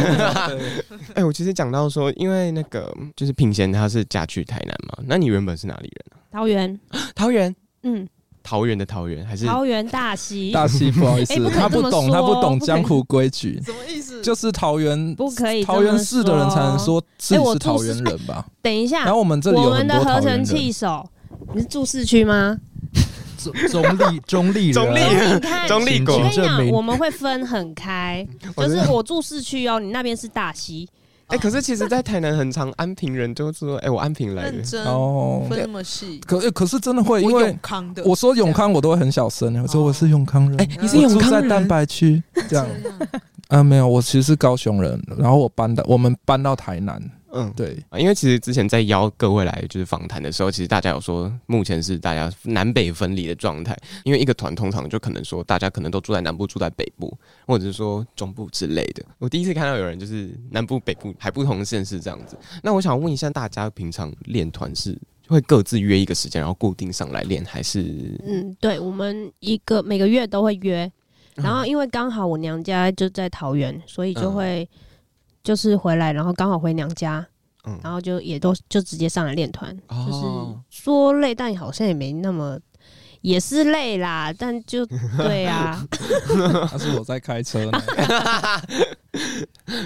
[SPEAKER 1] 哎、我其实讲到说，因为那个就是品贤他是嫁去台南嘛，那你原本是哪里人、
[SPEAKER 3] 桃园，
[SPEAKER 1] 啊？桃园，
[SPEAKER 3] 嗯，
[SPEAKER 1] 桃园的桃园还是？
[SPEAKER 3] 桃园大溪，
[SPEAKER 4] 大西，不好意
[SPEAKER 3] (laughs)
[SPEAKER 4] 思，
[SPEAKER 3] 哎不可以
[SPEAKER 4] 他
[SPEAKER 3] 这
[SPEAKER 4] 不
[SPEAKER 3] 么
[SPEAKER 4] 懂，
[SPEAKER 3] 说
[SPEAKER 4] 他不懂
[SPEAKER 3] 不可以
[SPEAKER 4] 江湖规矩，
[SPEAKER 2] 什么意思？
[SPEAKER 4] 就是桃园
[SPEAKER 3] 不可以这么
[SPEAKER 4] 桃园市的人才能。说自
[SPEAKER 3] 哎
[SPEAKER 4] 己
[SPEAKER 3] 我
[SPEAKER 4] 是
[SPEAKER 3] 住
[SPEAKER 4] 桃
[SPEAKER 3] 市
[SPEAKER 4] 园人吧。
[SPEAKER 3] 等一下
[SPEAKER 4] 然，后我们这里
[SPEAKER 3] 我
[SPEAKER 4] 有很
[SPEAKER 3] 们的
[SPEAKER 4] 多
[SPEAKER 3] 合
[SPEAKER 4] 桃园
[SPEAKER 3] 成
[SPEAKER 4] 人
[SPEAKER 3] 器，手，你是住市区吗？
[SPEAKER 5] 中中 (laughs) 立中立人
[SPEAKER 1] 中立
[SPEAKER 5] 啊
[SPEAKER 3] 你看，
[SPEAKER 1] (laughs) 中立
[SPEAKER 3] 我
[SPEAKER 1] 国
[SPEAKER 3] 跟你
[SPEAKER 5] 请证
[SPEAKER 3] 讲，
[SPEAKER 5] 明
[SPEAKER 3] 我们会分很开，
[SPEAKER 4] (laughs)
[SPEAKER 3] 就是我住市区哦，你那边是大溪，
[SPEAKER 1] 哎、可是其实，在台南很常安平人都说，哎、我安平来的
[SPEAKER 2] 认。真
[SPEAKER 4] 哦，
[SPEAKER 2] 分那么细。
[SPEAKER 4] 可哎可是真的会，因
[SPEAKER 2] 我
[SPEAKER 4] 为
[SPEAKER 2] 永康的，
[SPEAKER 4] 我说永康，我都会很小声，我说
[SPEAKER 2] 哦
[SPEAKER 4] 我是永康
[SPEAKER 3] 哎
[SPEAKER 4] 人，
[SPEAKER 2] 你
[SPEAKER 1] 是永
[SPEAKER 4] 我住
[SPEAKER 1] 康
[SPEAKER 4] 在
[SPEAKER 1] 人
[SPEAKER 4] 蛋白区，这样
[SPEAKER 2] 这样
[SPEAKER 4] 啊没有，我其实是高雄人，然后我搬到我们搬到台南，
[SPEAKER 1] 嗯，对。
[SPEAKER 4] 对，
[SPEAKER 1] 啊，因为其实之前在邀各位来就是访谈的时候，其实大家有说，目前是大家南北分离的状态。因为一个团通常就可能说，大家可能都住在南部，住在北部，或者是说中部之类的。我第一次看到有人就是南部、北部还不同县市这样子。那我想问一下，大家平常练团是会各自约一个时间，然后固定上来练，还是
[SPEAKER 3] 嗯，对，我们一个每个月都会约，嗯然后因为刚好我娘家就在桃园，所以就会就是回来，然后刚好回娘家，
[SPEAKER 1] 嗯
[SPEAKER 3] 然后就也都就直接上来练团，
[SPEAKER 1] 哦
[SPEAKER 3] 就是说累，但好像也没那么。也是累啦，但
[SPEAKER 1] (laughs)
[SPEAKER 3] 就对啊，
[SPEAKER 4] (laughs) 但是我在开车呢，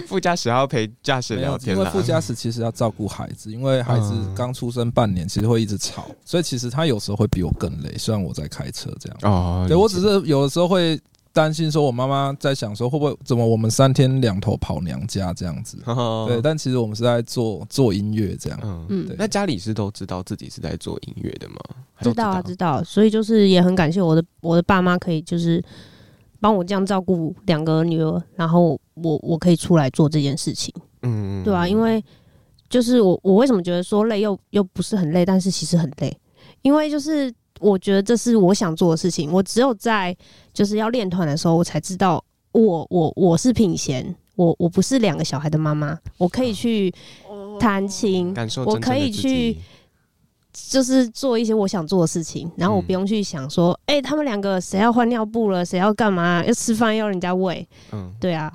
[SPEAKER 1] 副驾驶还要陪驾驶
[SPEAKER 4] 没
[SPEAKER 1] 聊
[SPEAKER 4] 有，
[SPEAKER 1] 天
[SPEAKER 4] 因为
[SPEAKER 1] 啦？
[SPEAKER 4] 副驾驶其实要照顾孩子，因为孩子
[SPEAKER 1] 嗯
[SPEAKER 4] 刚出生半年，其实会一直吵，所以其实他有时候会比我更累，虽然我在开车这样。
[SPEAKER 1] 哦，
[SPEAKER 4] 对我只
[SPEAKER 1] 是
[SPEAKER 4] 是有的时候会担心，说我妈妈在想说会不会怎么我们三天两头跑娘家这样子。对，
[SPEAKER 1] 对，
[SPEAKER 4] 但其实我们是在做做音乐这样。
[SPEAKER 1] 哦嗯
[SPEAKER 3] 嗯 (laughs)
[SPEAKER 4] 对，
[SPEAKER 1] 那家里是都知道自己是在做音乐的吗？还
[SPEAKER 3] 知
[SPEAKER 1] 都
[SPEAKER 3] 道啊，知道，所以就是也很感谢我的我的爸妈，可以就是帮我这样照顾两个女儿，然后我我可以出来做这件事情，
[SPEAKER 1] 嗯，
[SPEAKER 3] 对啊，因为就是我我为什么觉得说累又又不是很累，但是其实很累，因为就是我觉得这是我想做的事情，我只有在就是要练团的时候，我才知道我我我是品贤，我我不是两个小孩的妈妈，我可以去弹琴，
[SPEAKER 1] 哦感受
[SPEAKER 3] 我
[SPEAKER 1] 真正的
[SPEAKER 3] 可以
[SPEAKER 1] 自
[SPEAKER 3] 去
[SPEAKER 1] 己
[SPEAKER 3] 就是做一些我想做的事情，然后我
[SPEAKER 1] 嗯
[SPEAKER 3] 不用去想说，哎、他们两个谁要换尿布了，谁要干嘛，要吃饭要人家喂，
[SPEAKER 1] 嗯，
[SPEAKER 3] 对啊，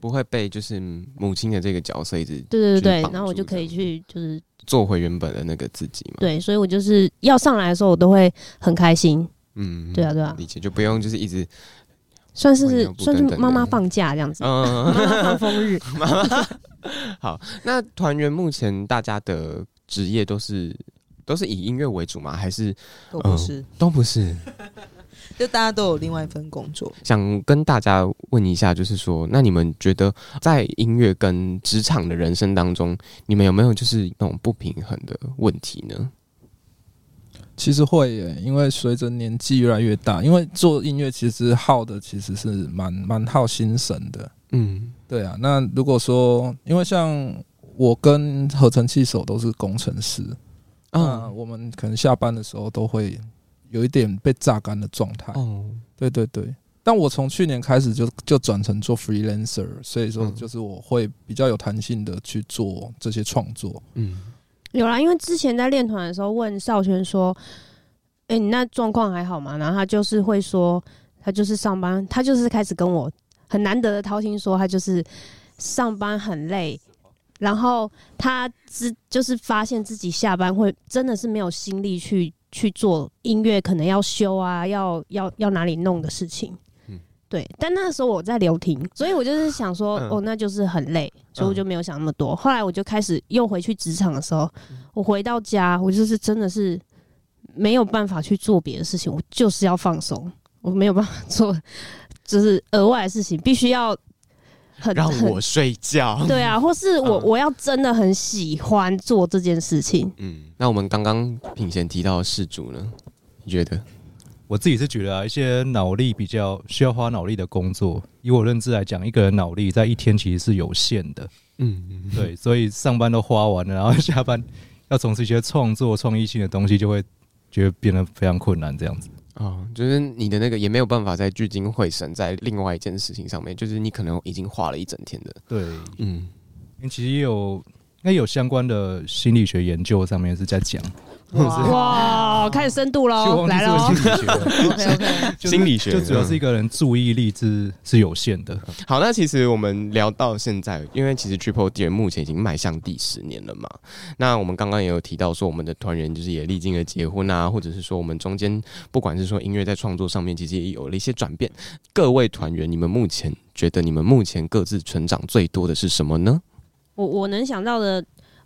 [SPEAKER 1] 不会被就是母亲的这个角色一直
[SPEAKER 3] 对对对
[SPEAKER 1] 去
[SPEAKER 3] 对
[SPEAKER 1] 绑，
[SPEAKER 3] 然后我
[SPEAKER 1] 住
[SPEAKER 3] 就可以
[SPEAKER 1] 这样
[SPEAKER 3] 去就是
[SPEAKER 1] 做回原本的那个自己嘛。，
[SPEAKER 3] 对，所以我就是要上来的时候，我都会很开心，
[SPEAKER 1] 嗯，
[SPEAKER 3] 对啊对啊
[SPEAKER 1] 理解就不用就是一直
[SPEAKER 3] 算
[SPEAKER 1] 换
[SPEAKER 3] 是
[SPEAKER 1] 尿布
[SPEAKER 3] 算是
[SPEAKER 1] 等等的
[SPEAKER 3] 妈妈放假这样子，妈
[SPEAKER 1] 嗯， (laughs)
[SPEAKER 3] 妈放风日，
[SPEAKER 1] 好。那团员目前大家的职业都是都是以音乐为主吗？还是
[SPEAKER 2] 都不是，
[SPEAKER 1] 都不是？
[SPEAKER 2] 就大家都有另外一份
[SPEAKER 1] (laughs)
[SPEAKER 2] 工作。
[SPEAKER 1] 想跟大家问一下，就是说，那你们觉得在音乐跟职场的人生当中，你们有没有就是那种不平衡的问题呢？
[SPEAKER 4] 其实会耶，因为随着年纪越来越大，因为做音乐其实耗的其实是蛮蛮耗心神的。
[SPEAKER 1] 嗯，
[SPEAKER 4] 对啊，那如果说，因为像我跟合成器手都是工程师，那
[SPEAKER 1] 哦
[SPEAKER 4] 呃我们可能下班的时候都会有一点被榨干的状态。
[SPEAKER 1] 哦，
[SPEAKER 4] 对对对，但我从去年开始就就转成做 freelancer，所以
[SPEAKER 1] 嗯
[SPEAKER 4] 说就是我会比较有弹性的去做这些创作。
[SPEAKER 1] 嗯。
[SPEAKER 3] 有啦，因为之前在练团的时候问少轩说：“哎、你那状况还好吗？”然后他就是会说，他就是上班，他就是开始跟我很难得的掏心说，他就是上班很累，然后他自就是发现自己下班会真的是没有心力去去做音乐，可能要修啊，要要要哪里弄的事情。
[SPEAKER 1] 嗯
[SPEAKER 3] 对，但那时候我在留停，所以我就是想说，
[SPEAKER 1] 嗯
[SPEAKER 3] 哦，那就是很累，所以我就没有想那么多。后来我就开始又回去职场的时候，我回到家，我就是真的是没有办法去做别的事情，我就是要放松，我没有办法做就是额外的事情，必须要很
[SPEAKER 1] 让
[SPEAKER 3] 很
[SPEAKER 1] 我睡觉。
[SPEAKER 3] 对啊，或是我、
[SPEAKER 1] 嗯
[SPEAKER 3] 我要真的很喜欢做这件事情，
[SPEAKER 1] 嗯，那我们刚刚品贤提到的事主呢？你觉得？
[SPEAKER 5] 我自己是觉得啊，一些脑力比较需要花脑力的工作，以我认知来讲，一个人脑力在一天其实是有限 (laughs) 的，
[SPEAKER 1] 嗯，
[SPEAKER 5] 对，所以上班都花完了，然后下班要从事一些创作、创意性的东西，就会觉得变得非常困难。这样子，
[SPEAKER 1] 哦，就是你的那个也没有办法再聚精会神在另外一件事情上面，就是你可能已经花了一整天的。
[SPEAKER 5] 对，
[SPEAKER 1] 嗯，
[SPEAKER 5] 因为其实也有应该有相关的心理学研究上面是在讲，
[SPEAKER 1] 嗯
[SPEAKER 3] 哇，开始深度
[SPEAKER 5] 其实我
[SPEAKER 3] 喽，
[SPEAKER 5] 忘记
[SPEAKER 3] 来
[SPEAKER 5] 是不
[SPEAKER 3] 喽
[SPEAKER 5] 是，心理学了，
[SPEAKER 1] 心理
[SPEAKER 2] (laughs) OK OK，
[SPEAKER 5] 就是
[SPEAKER 1] 学
[SPEAKER 5] 就主要是一个人注意力是是有限的，
[SPEAKER 1] 好，那其实我们聊到现在，因为其实 Triple Deer 目前已经迈向第十年了嘛。那我们刚刚也有提到说，我们的团员就是也历经了结婚啊，或者是说我们中间不管是说音乐在创作上面，其实也有了一些转变。各位团员，你们目前觉得你们目前各自成长最多的是什么呢？
[SPEAKER 3] 我我能想到的，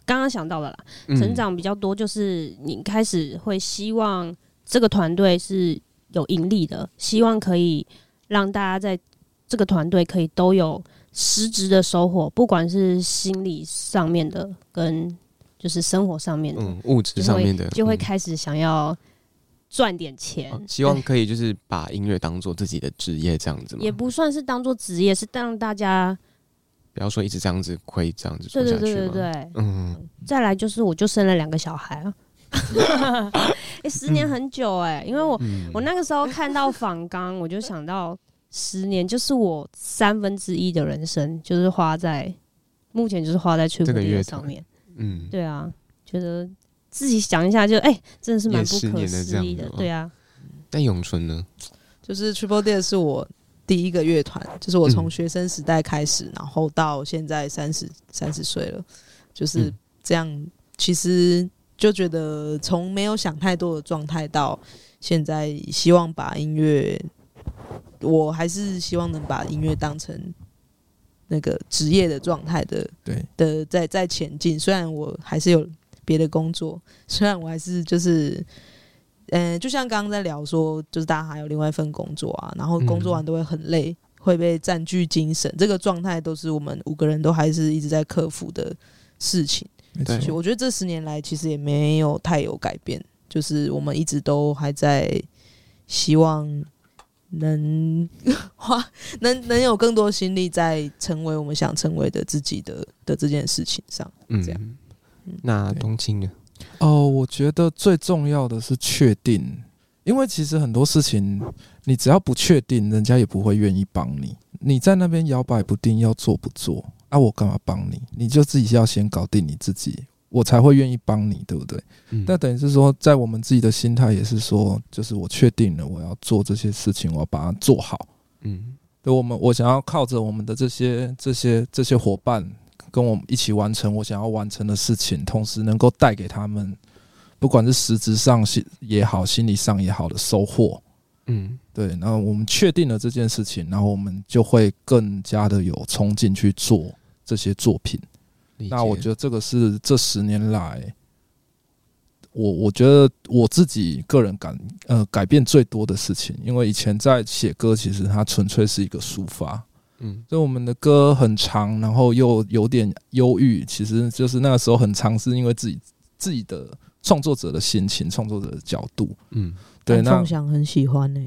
[SPEAKER 3] 刚刚想到的啦，
[SPEAKER 1] 嗯
[SPEAKER 3] 成长比较多就是你开始会希望这个团队是有盈利的，希望可以让大家在这个团队可以都有实质的收获，不管是心理上面的跟就是生活上面的，
[SPEAKER 1] 嗯，嗯，物质上面的
[SPEAKER 3] 就会
[SPEAKER 1] 嗯
[SPEAKER 3] 开始想要赚点钱
[SPEAKER 1] 哦，希望可以就是把音乐当做自己的职业这样子嘛
[SPEAKER 3] 也，不算是当做职业，是让大家
[SPEAKER 1] 不要说一直这样子亏这样子
[SPEAKER 3] 对
[SPEAKER 1] 做下去
[SPEAKER 3] 对
[SPEAKER 1] 嘛。
[SPEAKER 3] 对对对。
[SPEAKER 1] 嗯，
[SPEAKER 3] 再来就是我就生了两个小孩啊， (laughs) 哎，十年很久哎、因为我我那个时候看到访纲，我就想到十年就是我三分之一的人生，就是花在目前就是花在去
[SPEAKER 1] 这个乐团
[SPEAKER 3] 上面。
[SPEAKER 1] 嗯，
[SPEAKER 3] 对啊，觉得自己想一下就哎、真的是蛮
[SPEAKER 1] 也
[SPEAKER 3] 不
[SPEAKER 1] 十
[SPEAKER 3] 可
[SPEAKER 1] 年了这
[SPEAKER 3] 思
[SPEAKER 1] 样
[SPEAKER 3] 议
[SPEAKER 1] 子
[SPEAKER 3] 的
[SPEAKER 1] 哦，
[SPEAKER 3] 对啊，
[SPEAKER 1] 那咏春呢？
[SPEAKER 2] 就是 Triple D 是我第一个乐团，就是我
[SPEAKER 1] 嗯
[SPEAKER 2] 从学生时代开始，然后到现在三十三十岁了，就是
[SPEAKER 1] 嗯
[SPEAKER 2] 这样。其实就觉得从没有想太多的状态到现在，希望把音乐，我还是希望能把音乐当成那个职业的状态的
[SPEAKER 6] 对
[SPEAKER 2] 的在在前进。虽然我还是有别的工作，虽然我还是就是，嗯、就像刚刚在聊说，就是大家还有另外一份工作啊，然后工作完都会很累，会被占据精神，这个状态都是我们五个人都还是一直在克服的事情。
[SPEAKER 6] 没
[SPEAKER 1] 对
[SPEAKER 2] 所以
[SPEAKER 6] 错
[SPEAKER 2] 我觉得这十年来其实也没有太有改变，就是我们一直都还在希望能 (laughs) 花能能有更多心力在成为我们想成为的自己的的这件事情上。
[SPEAKER 1] 嗯，
[SPEAKER 2] 这
[SPEAKER 1] 那
[SPEAKER 4] 对
[SPEAKER 1] 冬青呢？
[SPEAKER 4] 哦，我觉得最重要的是确定，因为其实很多事情你只要不确定，人家也不会愿意帮你。你在那边摇摆不定，要做不做啊？我干嘛帮你？你就自己要先搞定你自己，我才会愿意帮你，对不对？
[SPEAKER 1] 嗯
[SPEAKER 4] 那等于是说，在我们自己的心态也是说，就是我确定了我要做这些事情，我要把它做好。
[SPEAKER 1] 嗯
[SPEAKER 4] 对我们，我想要靠着我们的这些、这些、这些伙伴，跟我们一起完成我想要完成的事情，同时能够带给他们，不管是实质上心也好，心理上也好的收获。
[SPEAKER 1] 嗯
[SPEAKER 4] 对，然后我们确定了这件事情，然后我们就会更加的有冲劲去做这些作品。
[SPEAKER 1] 理
[SPEAKER 4] 那我
[SPEAKER 1] 解
[SPEAKER 4] 觉得这个是这十年来，我我觉得我自己个人感呃改变最多的事情，因为以前在写歌，其实它纯粹是一个抒发，
[SPEAKER 1] 嗯
[SPEAKER 4] 所以我们的歌很长，然后又有点忧郁，其实就是那个时候很长，是因为自己自己的创作者的心情、创作者的角度。
[SPEAKER 1] 嗯
[SPEAKER 4] 对，那
[SPEAKER 2] 梦想很喜欢呢、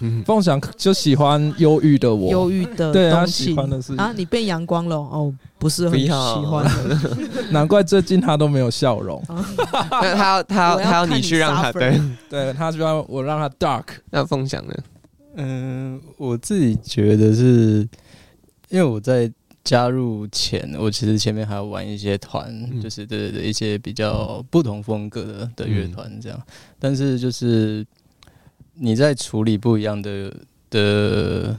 [SPEAKER 1] 嗯
[SPEAKER 4] (laughs) 凤翔就喜欢忧郁的我，
[SPEAKER 2] 忧郁的
[SPEAKER 4] 对他
[SPEAKER 2] 东
[SPEAKER 4] 喜
[SPEAKER 2] 西
[SPEAKER 4] 欢的是
[SPEAKER 2] 啊，你变阳光了哦，不是很
[SPEAKER 1] 不
[SPEAKER 2] 喜
[SPEAKER 1] 要
[SPEAKER 2] 欢
[SPEAKER 4] (laughs)
[SPEAKER 2] 的。
[SPEAKER 4] 难怪最近他都没有笑容。
[SPEAKER 1] 那他要他要
[SPEAKER 2] 我要
[SPEAKER 1] 他要
[SPEAKER 2] 看
[SPEAKER 1] 你
[SPEAKER 2] 你
[SPEAKER 1] 去让他
[SPEAKER 2] suffer
[SPEAKER 1] 对，
[SPEAKER 4] 对他喜欢我让他 dark，
[SPEAKER 1] 那凤翔呢？
[SPEAKER 6] 嗯，我自己觉得是，因为我在加入前，我其实前面还有玩一些团，
[SPEAKER 1] 嗯
[SPEAKER 6] 就是对对对，一些比较不同风格的的乐
[SPEAKER 1] 嗯
[SPEAKER 6] 团这样。但是就是你在处理不一样的的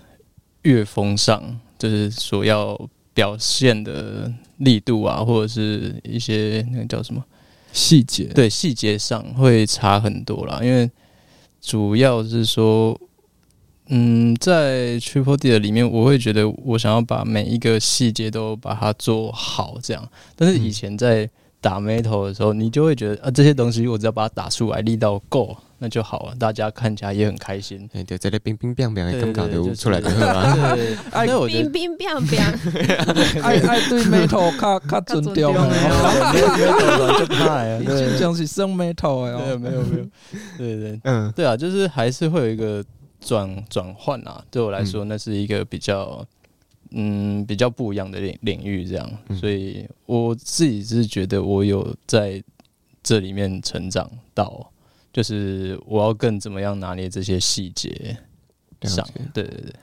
[SPEAKER 6] 乐风上，就是所要表现的力度啊，或者是一些那个叫什么，
[SPEAKER 4] 细节， (laughs)
[SPEAKER 6] 对细节上会差很多啦。因为主要是说，嗯，在 Triple D 的里面，我会觉得我想要把每一个细节都把它做好，这样。但是以前在打 Metal 的时候，你就会觉得啊，这些东西我只要把它打出来，力道够，那就好了，大家看起来也很开心。
[SPEAKER 1] 哎，对，在那冰冰冰冰，
[SPEAKER 6] 对
[SPEAKER 1] 刚刚
[SPEAKER 6] 对就
[SPEAKER 1] 就是出来的啊。
[SPEAKER 6] 对，所以我觉得
[SPEAKER 3] 冰冰冰冰，
[SPEAKER 4] 爱爱对 metal 卡卡准掉
[SPEAKER 2] 较准
[SPEAKER 6] 没有
[SPEAKER 4] 没
[SPEAKER 6] 没有没有懂了就怕呀，
[SPEAKER 4] 有？
[SPEAKER 6] 对
[SPEAKER 4] 你 (laughs)
[SPEAKER 6] 对
[SPEAKER 4] 就讲是生 metal 哎
[SPEAKER 6] 对
[SPEAKER 4] 哦，
[SPEAKER 6] 没有没有，对对
[SPEAKER 1] (laughs) 嗯
[SPEAKER 6] 对啊，就是还是会有一个转转换啊。对我来说，那是一个比较嗯比较不一样的领领域，这样，
[SPEAKER 1] 嗯
[SPEAKER 6] 所以我自己是觉得我有在这里面成长到，就是我要更怎么样拿捏这些细节
[SPEAKER 1] 了
[SPEAKER 6] 上
[SPEAKER 1] 解，
[SPEAKER 6] 对对对，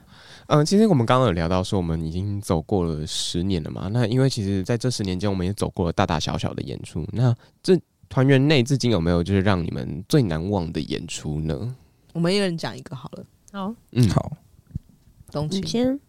[SPEAKER 1] 嗯，其实我们刚刚有聊到说，我们已经走过了十年了嘛。那因为其实在这十年间，我们也走过了大大小小的演出。那这团员内至今有没有就是让你们最难忘的演出呢？
[SPEAKER 2] 我们一人讲一个好了，
[SPEAKER 3] (laughs) 好，
[SPEAKER 1] 嗯，
[SPEAKER 4] 好。
[SPEAKER 2] 东
[SPEAKER 3] 你
[SPEAKER 2] 青。
[SPEAKER 3] 先，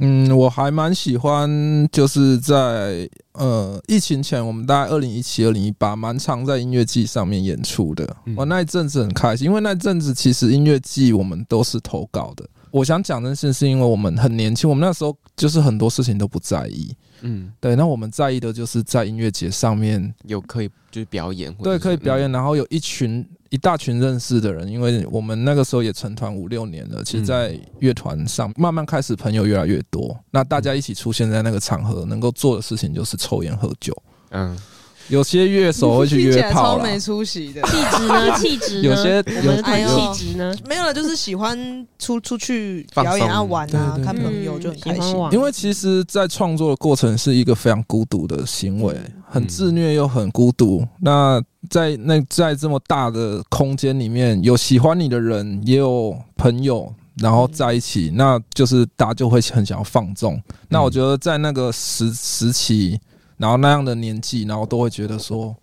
[SPEAKER 4] 嗯，我还蛮喜欢，就是在呃疫情前，我们大概二零一七、二零一八，蛮常在音乐季上面演出的。
[SPEAKER 1] 嗯
[SPEAKER 4] 我那一阵子很开心，因为那一阵子其实音乐季我们都是投稿的。我想讲的是，是因为我们很年轻，我们那时候就是很多事情都不在意。
[SPEAKER 1] 嗯，
[SPEAKER 4] 对，那我们在意的就是在音乐节上面，
[SPEAKER 1] 有可以就是表演，或者
[SPEAKER 4] 对，
[SPEAKER 1] 是
[SPEAKER 4] 可以表演，。然后有一群一大群认识的人，因为我们那个时候也成团五六年了，其实，
[SPEAKER 1] 嗯
[SPEAKER 4] 在乐团上慢慢开始朋友越来越多，那大家一起出现在那个场合，能够做的事情就是抽烟喝酒，
[SPEAKER 1] 嗯，嗯
[SPEAKER 4] 有些乐手会去
[SPEAKER 2] 听起
[SPEAKER 4] 约
[SPEAKER 2] 来
[SPEAKER 4] 炮
[SPEAKER 2] 超
[SPEAKER 4] 啦，
[SPEAKER 2] 没出息的。
[SPEAKER 3] 气质呢？气质呢？
[SPEAKER 4] 有些
[SPEAKER 3] 我们的
[SPEAKER 2] 哎呦
[SPEAKER 3] 气质呢？
[SPEAKER 2] 没有了，就是喜欢出出去表演啊、
[SPEAKER 1] 放松
[SPEAKER 2] 玩啊、
[SPEAKER 4] 对对对
[SPEAKER 2] 看
[SPEAKER 4] 嗯
[SPEAKER 2] 朋友就很开
[SPEAKER 3] 喜
[SPEAKER 2] 心
[SPEAKER 3] 欢。玩
[SPEAKER 4] 因为其实，在创作的过程是一个非常孤独的行为，很自虐又很孤独。那在那在这么大的空间里面，有喜欢你的人，也有朋友，然后在一起，那就是大家就会很想要放纵。那我觉得在那个时时期，然后那样的年纪，然后都会觉得说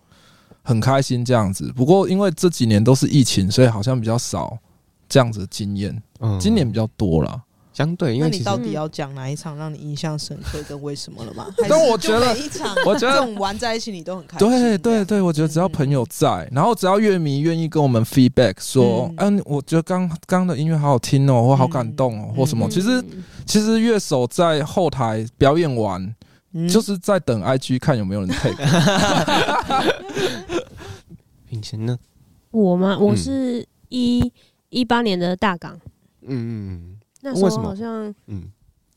[SPEAKER 4] 很开心这样子。不过因为这几年都是疫情，所以好像比较少这样子的经验，
[SPEAKER 1] 嗯
[SPEAKER 4] 今年比较多了。
[SPEAKER 1] 相对，因
[SPEAKER 2] 那
[SPEAKER 1] 为
[SPEAKER 2] 你
[SPEAKER 1] 其实
[SPEAKER 2] 到底要讲哪一场让你印象深刻，跟为什么了
[SPEAKER 4] (laughs)
[SPEAKER 2] 吗？
[SPEAKER 4] 但我觉得
[SPEAKER 2] 还是就每一场，
[SPEAKER 4] 我觉得
[SPEAKER 2] 这种玩在一起你都很开心。
[SPEAKER 4] 对对对，我觉得只要朋友
[SPEAKER 2] 嗯
[SPEAKER 4] 在，然后只要乐迷愿意跟我们 feedback 说，嗯，我觉得刚刚的音乐好好听哦，或好感动哦，
[SPEAKER 2] 嗯
[SPEAKER 4] 或什么。其实其实乐手在后台表演完，
[SPEAKER 2] 对
[SPEAKER 4] 就是在等 IG 看有没有
[SPEAKER 2] (laughs)
[SPEAKER 4] 人 take。
[SPEAKER 1] 品贤呢？
[SPEAKER 3] 我吗？我
[SPEAKER 1] 嗯
[SPEAKER 3] 是一一八年的大港，
[SPEAKER 1] 嗯
[SPEAKER 3] 那
[SPEAKER 1] 为什
[SPEAKER 3] 时候
[SPEAKER 1] 么
[SPEAKER 3] 好像
[SPEAKER 1] 嗯嗯，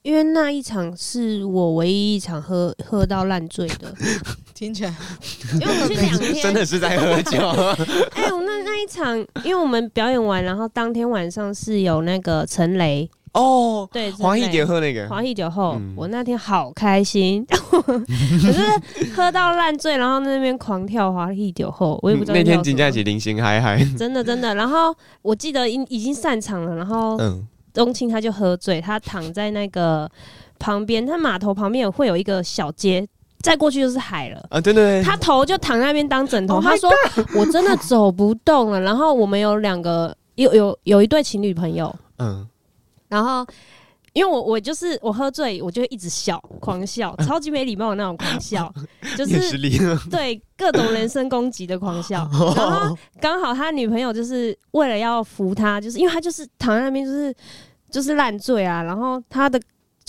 [SPEAKER 3] 因为那一场是我唯一一场喝喝到烂醉的，
[SPEAKER 2] 听起来
[SPEAKER 3] 因为我们是
[SPEAKER 1] (laughs)
[SPEAKER 3] 两天，
[SPEAKER 1] 真的是在喝酒。
[SPEAKER 3] 哎呦，那那一场，因为我们表演完，然后当天晚上是有那个陈雷，
[SPEAKER 1] (laughs) 哦，
[SPEAKER 3] 对，
[SPEAKER 1] 黄一
[SPEAKER 3] 陈雷
[SPEAKER 1] 点。喝那个，
[SPEAKER 3] 黄奕酒后，
[SPEAKER 1] 嗯
[SPEAKER 3] 我那天好开心， (laughs) 可是喝到烂醉，然后在那边狂跳黄奕酒后，我也不知
[SPEAKER 1] 嗯
[SPEAKER 3] 道
[SPEAKER 1] 那
[SPEAKER 3] 在
[SPEAKER 1] 天
[SPEAKER 3] 跳什
[SPEAKER 1] 金
[SPEAKER 3] 么
[SPEAKER 1] 佳琪零星嗨嗨，
[SPEAKER 3] 真的真的。然后我记得已已经散场了，然后
[SPEAKER 1] 嗯
[SPEAKER 3] 冬青他就喝醉，他躺在那个旁边，他码头旁边有会有一个小街，再过去就是海了。
[SPEAKER 1] 啊，对对，对
[SPEAKER 3] 他头就躺在那边当枕头
[SPEAKER 1] Oh
[SPEAKER 3] 他说我真的走不动了。然后我们有两个有有有一对情侣朋友，
[SPEAKER 1] 嗯，
[SPEAKER 3] 然后因为我我就是我喝醉，我就一直笑，狂笑，
[SPEAKER 1] 嗯
[SPEAKER 3] 超级没礼貌的那种狂
[SPEAKER 1] (laughs)
[SPEAKER 3] 笑，就
[SPEAKER 1] 也是
[SPEAKER 3] 是
[SPEAKER 1] 礼了，
[SPEAKER 2] (laughs)
[SPEAKER 3] 对各种人身攻击的狂笑。然后刚好他女朋友就是为了要扶他，就是因为他就是躺在那边就是就是烂醉啊，然后他的。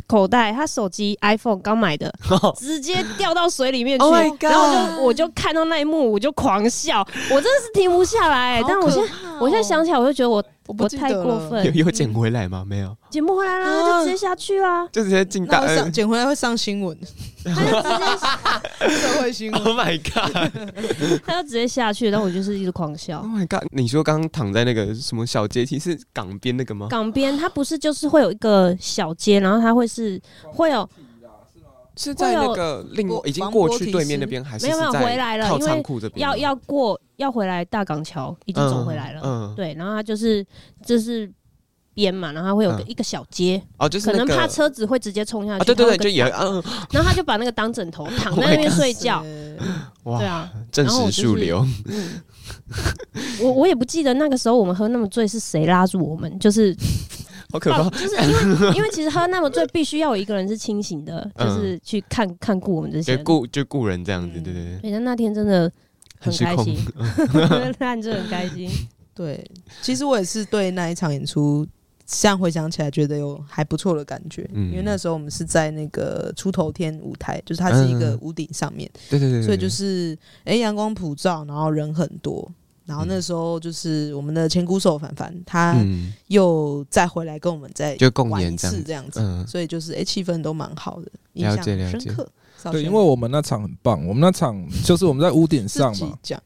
[SPEAKER 3] 口袋，他手机 iPhone 刚买的，
[SPEAKER 2] 哦
[SPEAKER 3] 直接掉到水里面去
[SPEAKER 1] Oh my god
[SPEAKER 3] 然后我就我就看到那一幕，我就狂笑，我真的是停不下来、哎但我现在、我现在想起来，我就觉得我
[SPEAKER 2] 哦我不
[SPEAKER 3] 我
[SPEAKER 2] 记得
[SPEAKER 3] 太
[SPEAKER 2] 了
[SPEAKER 3] 过分
[SPEAKER 2] (laughs)
[SPEAKER 1] 有，有捡回来吗？没有，
[SPEAKER 3] 捡不回来啦，
[SPEAKER 2] 啊
[SPEAKER 3] 他就直接下去啦。
[SPEAKER 1] 就直接进
[SPEAKER 2] 那
[SPEAKER 1] 大。
[SPEAKER 2] 会上
[SPEAKER 1] 呃
[SPEAKER 2] 捡回来会上新
[SPEAKER 3] (laughs)
[SPEAKER 2] 闻， (laughs) 社会新
[SPEAKER 1] (laughs) Oh
[SPEAKER 2] 闻。
[SPEAKER 1] my god!
[SPEAKER 3] 他就直接下去，然后我就是一直狂笑
[SPEAKER 1] Oh。my god! 你说刚刚躺在那个什么小阶梯是港边那个吗？
[SPEAKER 3] 港边它不是就是会有一个小街，然后它会是会有
[SPEAKER 1] 是在那个另
[SPEAKER 2] 会有
[SPEAKER 1] 已经过去对面那边，还是
[SPEAKER 3] 没有没
[SPEAKER 1] 是
[SPEAKER 3] 有
[SPEAKER 1] 在
[SPEAKER 3] 回来了
[SPEAKER 1] 靠
[SPEAKER 3] 因为
[SPEAKER 1] 仓库这边吗
[SPEAKER 3] 要要过要回来大港桥，已经走回来了。
[SPEAKER 1] 嗯，嗯
[SPEAKER 3] 对，然后它就是就是边嘛，然后它会有个
[SPEAKER 1] 嗯
[SPEAKER 3] 一个小街，
[SPEAKER 1] 哦，就是
[SPEAKER 3] 可能
[SPEAKER 1] 那个
[SPEAKER 3] 怕车子会直接冲下
[SPEAKER 1] 啊，
[SPEAKER 3] 去。
[SPEAKER 1] 对对对，
[SPEAKER 3] 它有个
[SPEAKER 1] 就也
[SPEAKER 3] 挡
[SPEAKER 1] 嗯，
[SPEAKER 3] 然后他就把那个当枕
[SPEAKER 1] (laughs)
[SPEAKER 3] 头躺
[SPEAKER 1] Oh
[SPEAKER 3] 在
[SPEAKER 1] my
[SPEAKER 3] 那边睡觉。
[SPEAKER 2] 呃
[SPEAKER 3] 对
[SPEAKER 1] 哇，
[SPEAKER 3] 啊，
[SPEAKER 1] 证
[SPEAKER 3] 然后我
[SPEAKER 1] 实
[SPEAKER 3] 就是
[SPEAKER 1] 数
[SPEAKER 3] (laughs)
[SPEAKER 1] 流，
[SPEAKER 3] 嗯，我我也不记得那个时候我们喝那么醉是谁拉住我们，就是
[SPEAKER 1] 好可怕
[SPEAKER 3] 哦！就是因为 (laughs) 因为其实喝那么醉，必须要有一个人是清醒的，
[SPEAKER 1] 嗯
[SPEAKER 3] 就是去看看顾我们这些
[SPEAKER 1] 就
[SPEAKER 3] 人。
[SPEAKER 1] 雇就雇人这样子，
[SPEAKER 2] 嗯
[SPEAKER 1] 对对对，
[SPEAKER 3] 对，那那天真的很
[SPEAKER 1] 失
[SPEAKER 3] 开
[SPEAKER 1] 控
[SPEAKER 3] 心， (laughs) 看着很开心。
[SPEAKER 2] (laughs) 对，其实我也是对那一场演出，现在回想起来觉得有还不错的感觉，
[SPEAKER 1] 嗯
[SPEAKER 2] 因为那时候我们是在那个出头天舞台，就是它是一
[SPEAKER 1] 嗯嗯
[SPEAKER 2] 个
[SPEAKER 1] 嗯
[SPEAKER 2] 屋顶上面，
[SPEAKER 1] 对对对，
[SPEAKER 2] 所以就是哎阳光普照，然后人很多。然后那时候就是我们的前鼓手凡凡，他
[SPEAKER 1] 嗯
[SPEAKER 2] 又再回来跟我们再
[SPEAKER 1] 就共
[SPEAKER 2] 玩
[SPEAKER 1] 演
[SPEAKER 2] 一
[SPEAKER 1] 这样
[SPEAKER 2] 次
[SPEAKER 1] 子
[SPEAKER 2] 这样子，
[SPEAKER 1] 嗯
[SPEAKER 2] 所以就是哎、诶气氛都蛮好的，印
[SPEAKER 1] 了
[SPEAKER 2] 象
[SPEAKER 1] 解了
[SPEAKER 2] 深
[SPEAKER 1] 解
[SPEAKER 2] 刻。稍
[SPEAKER 4] 对，
[SPEAKER 2] 显
[SPEAKER 4] 因为我们那场很棒，我们那场就是我们在屋顶
[SPEAKER 2] 自
[SPEAKER 4] 上
[SPEAKER 2] 己
[SPEAKER 4] 嘛， (laughs)
[SPEAKER 2] 讲，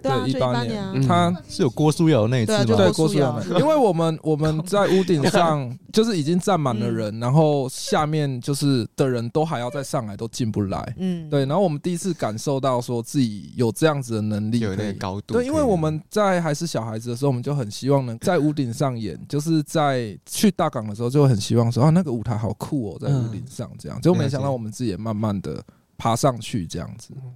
[SPEAKER 2] 对啊，
[SPEAKER 4] 对
[SPEAKER 2] 就
[SPEAKER 4] 18
[SPEAKER 2] 18
[SPEAKER 4] 年
[SPEAKER 2] 啊，
[SPEAKER 1] 嗯
[SPEAKER 4] 他
[SPEAKER 5] 是有郭书瑶那一次
[SPEAKER 2] 对啊就
[SPEAKER 5] 吗？
[SPEAKER 4] 对
[SPEAKER 2] 郭
[SPEAKER 4] 郭
[SPEAKER 2] 书
[SPEAKER 4] 书瑶
[SPEAKER 2] 瑶 (laughs)
[SPEAKER 4] 那，因为我们我们在屋顶上就是已经站
[SPEAKER 2] 嗯
[SPEAKER 4] 满了人，然后下面就是的人都还要再上来，都进不来。
[SPEAKER 2] 嗯，
[SPEAKER 4] 对，然后我们第一次感受到说自己有这样子的能力，
[SPEAKER 1] 有那
[SPEAKER 4] 可
[SPEAKER 1] 个
[SPEAKER 4] 以
[SPEAKER 1] 高度，嗯
[SPEAKER 4] 对，因为我们在还是小孩子的时候，我们就很希望能在屋顶上演，就是在去大港的时候，就会很希望说啊，那个舞台好酷哦，在屋顶上这样。结果没想到我们自己也慢慢的爬上去这样子。对
[SPEAKER 1] 嗯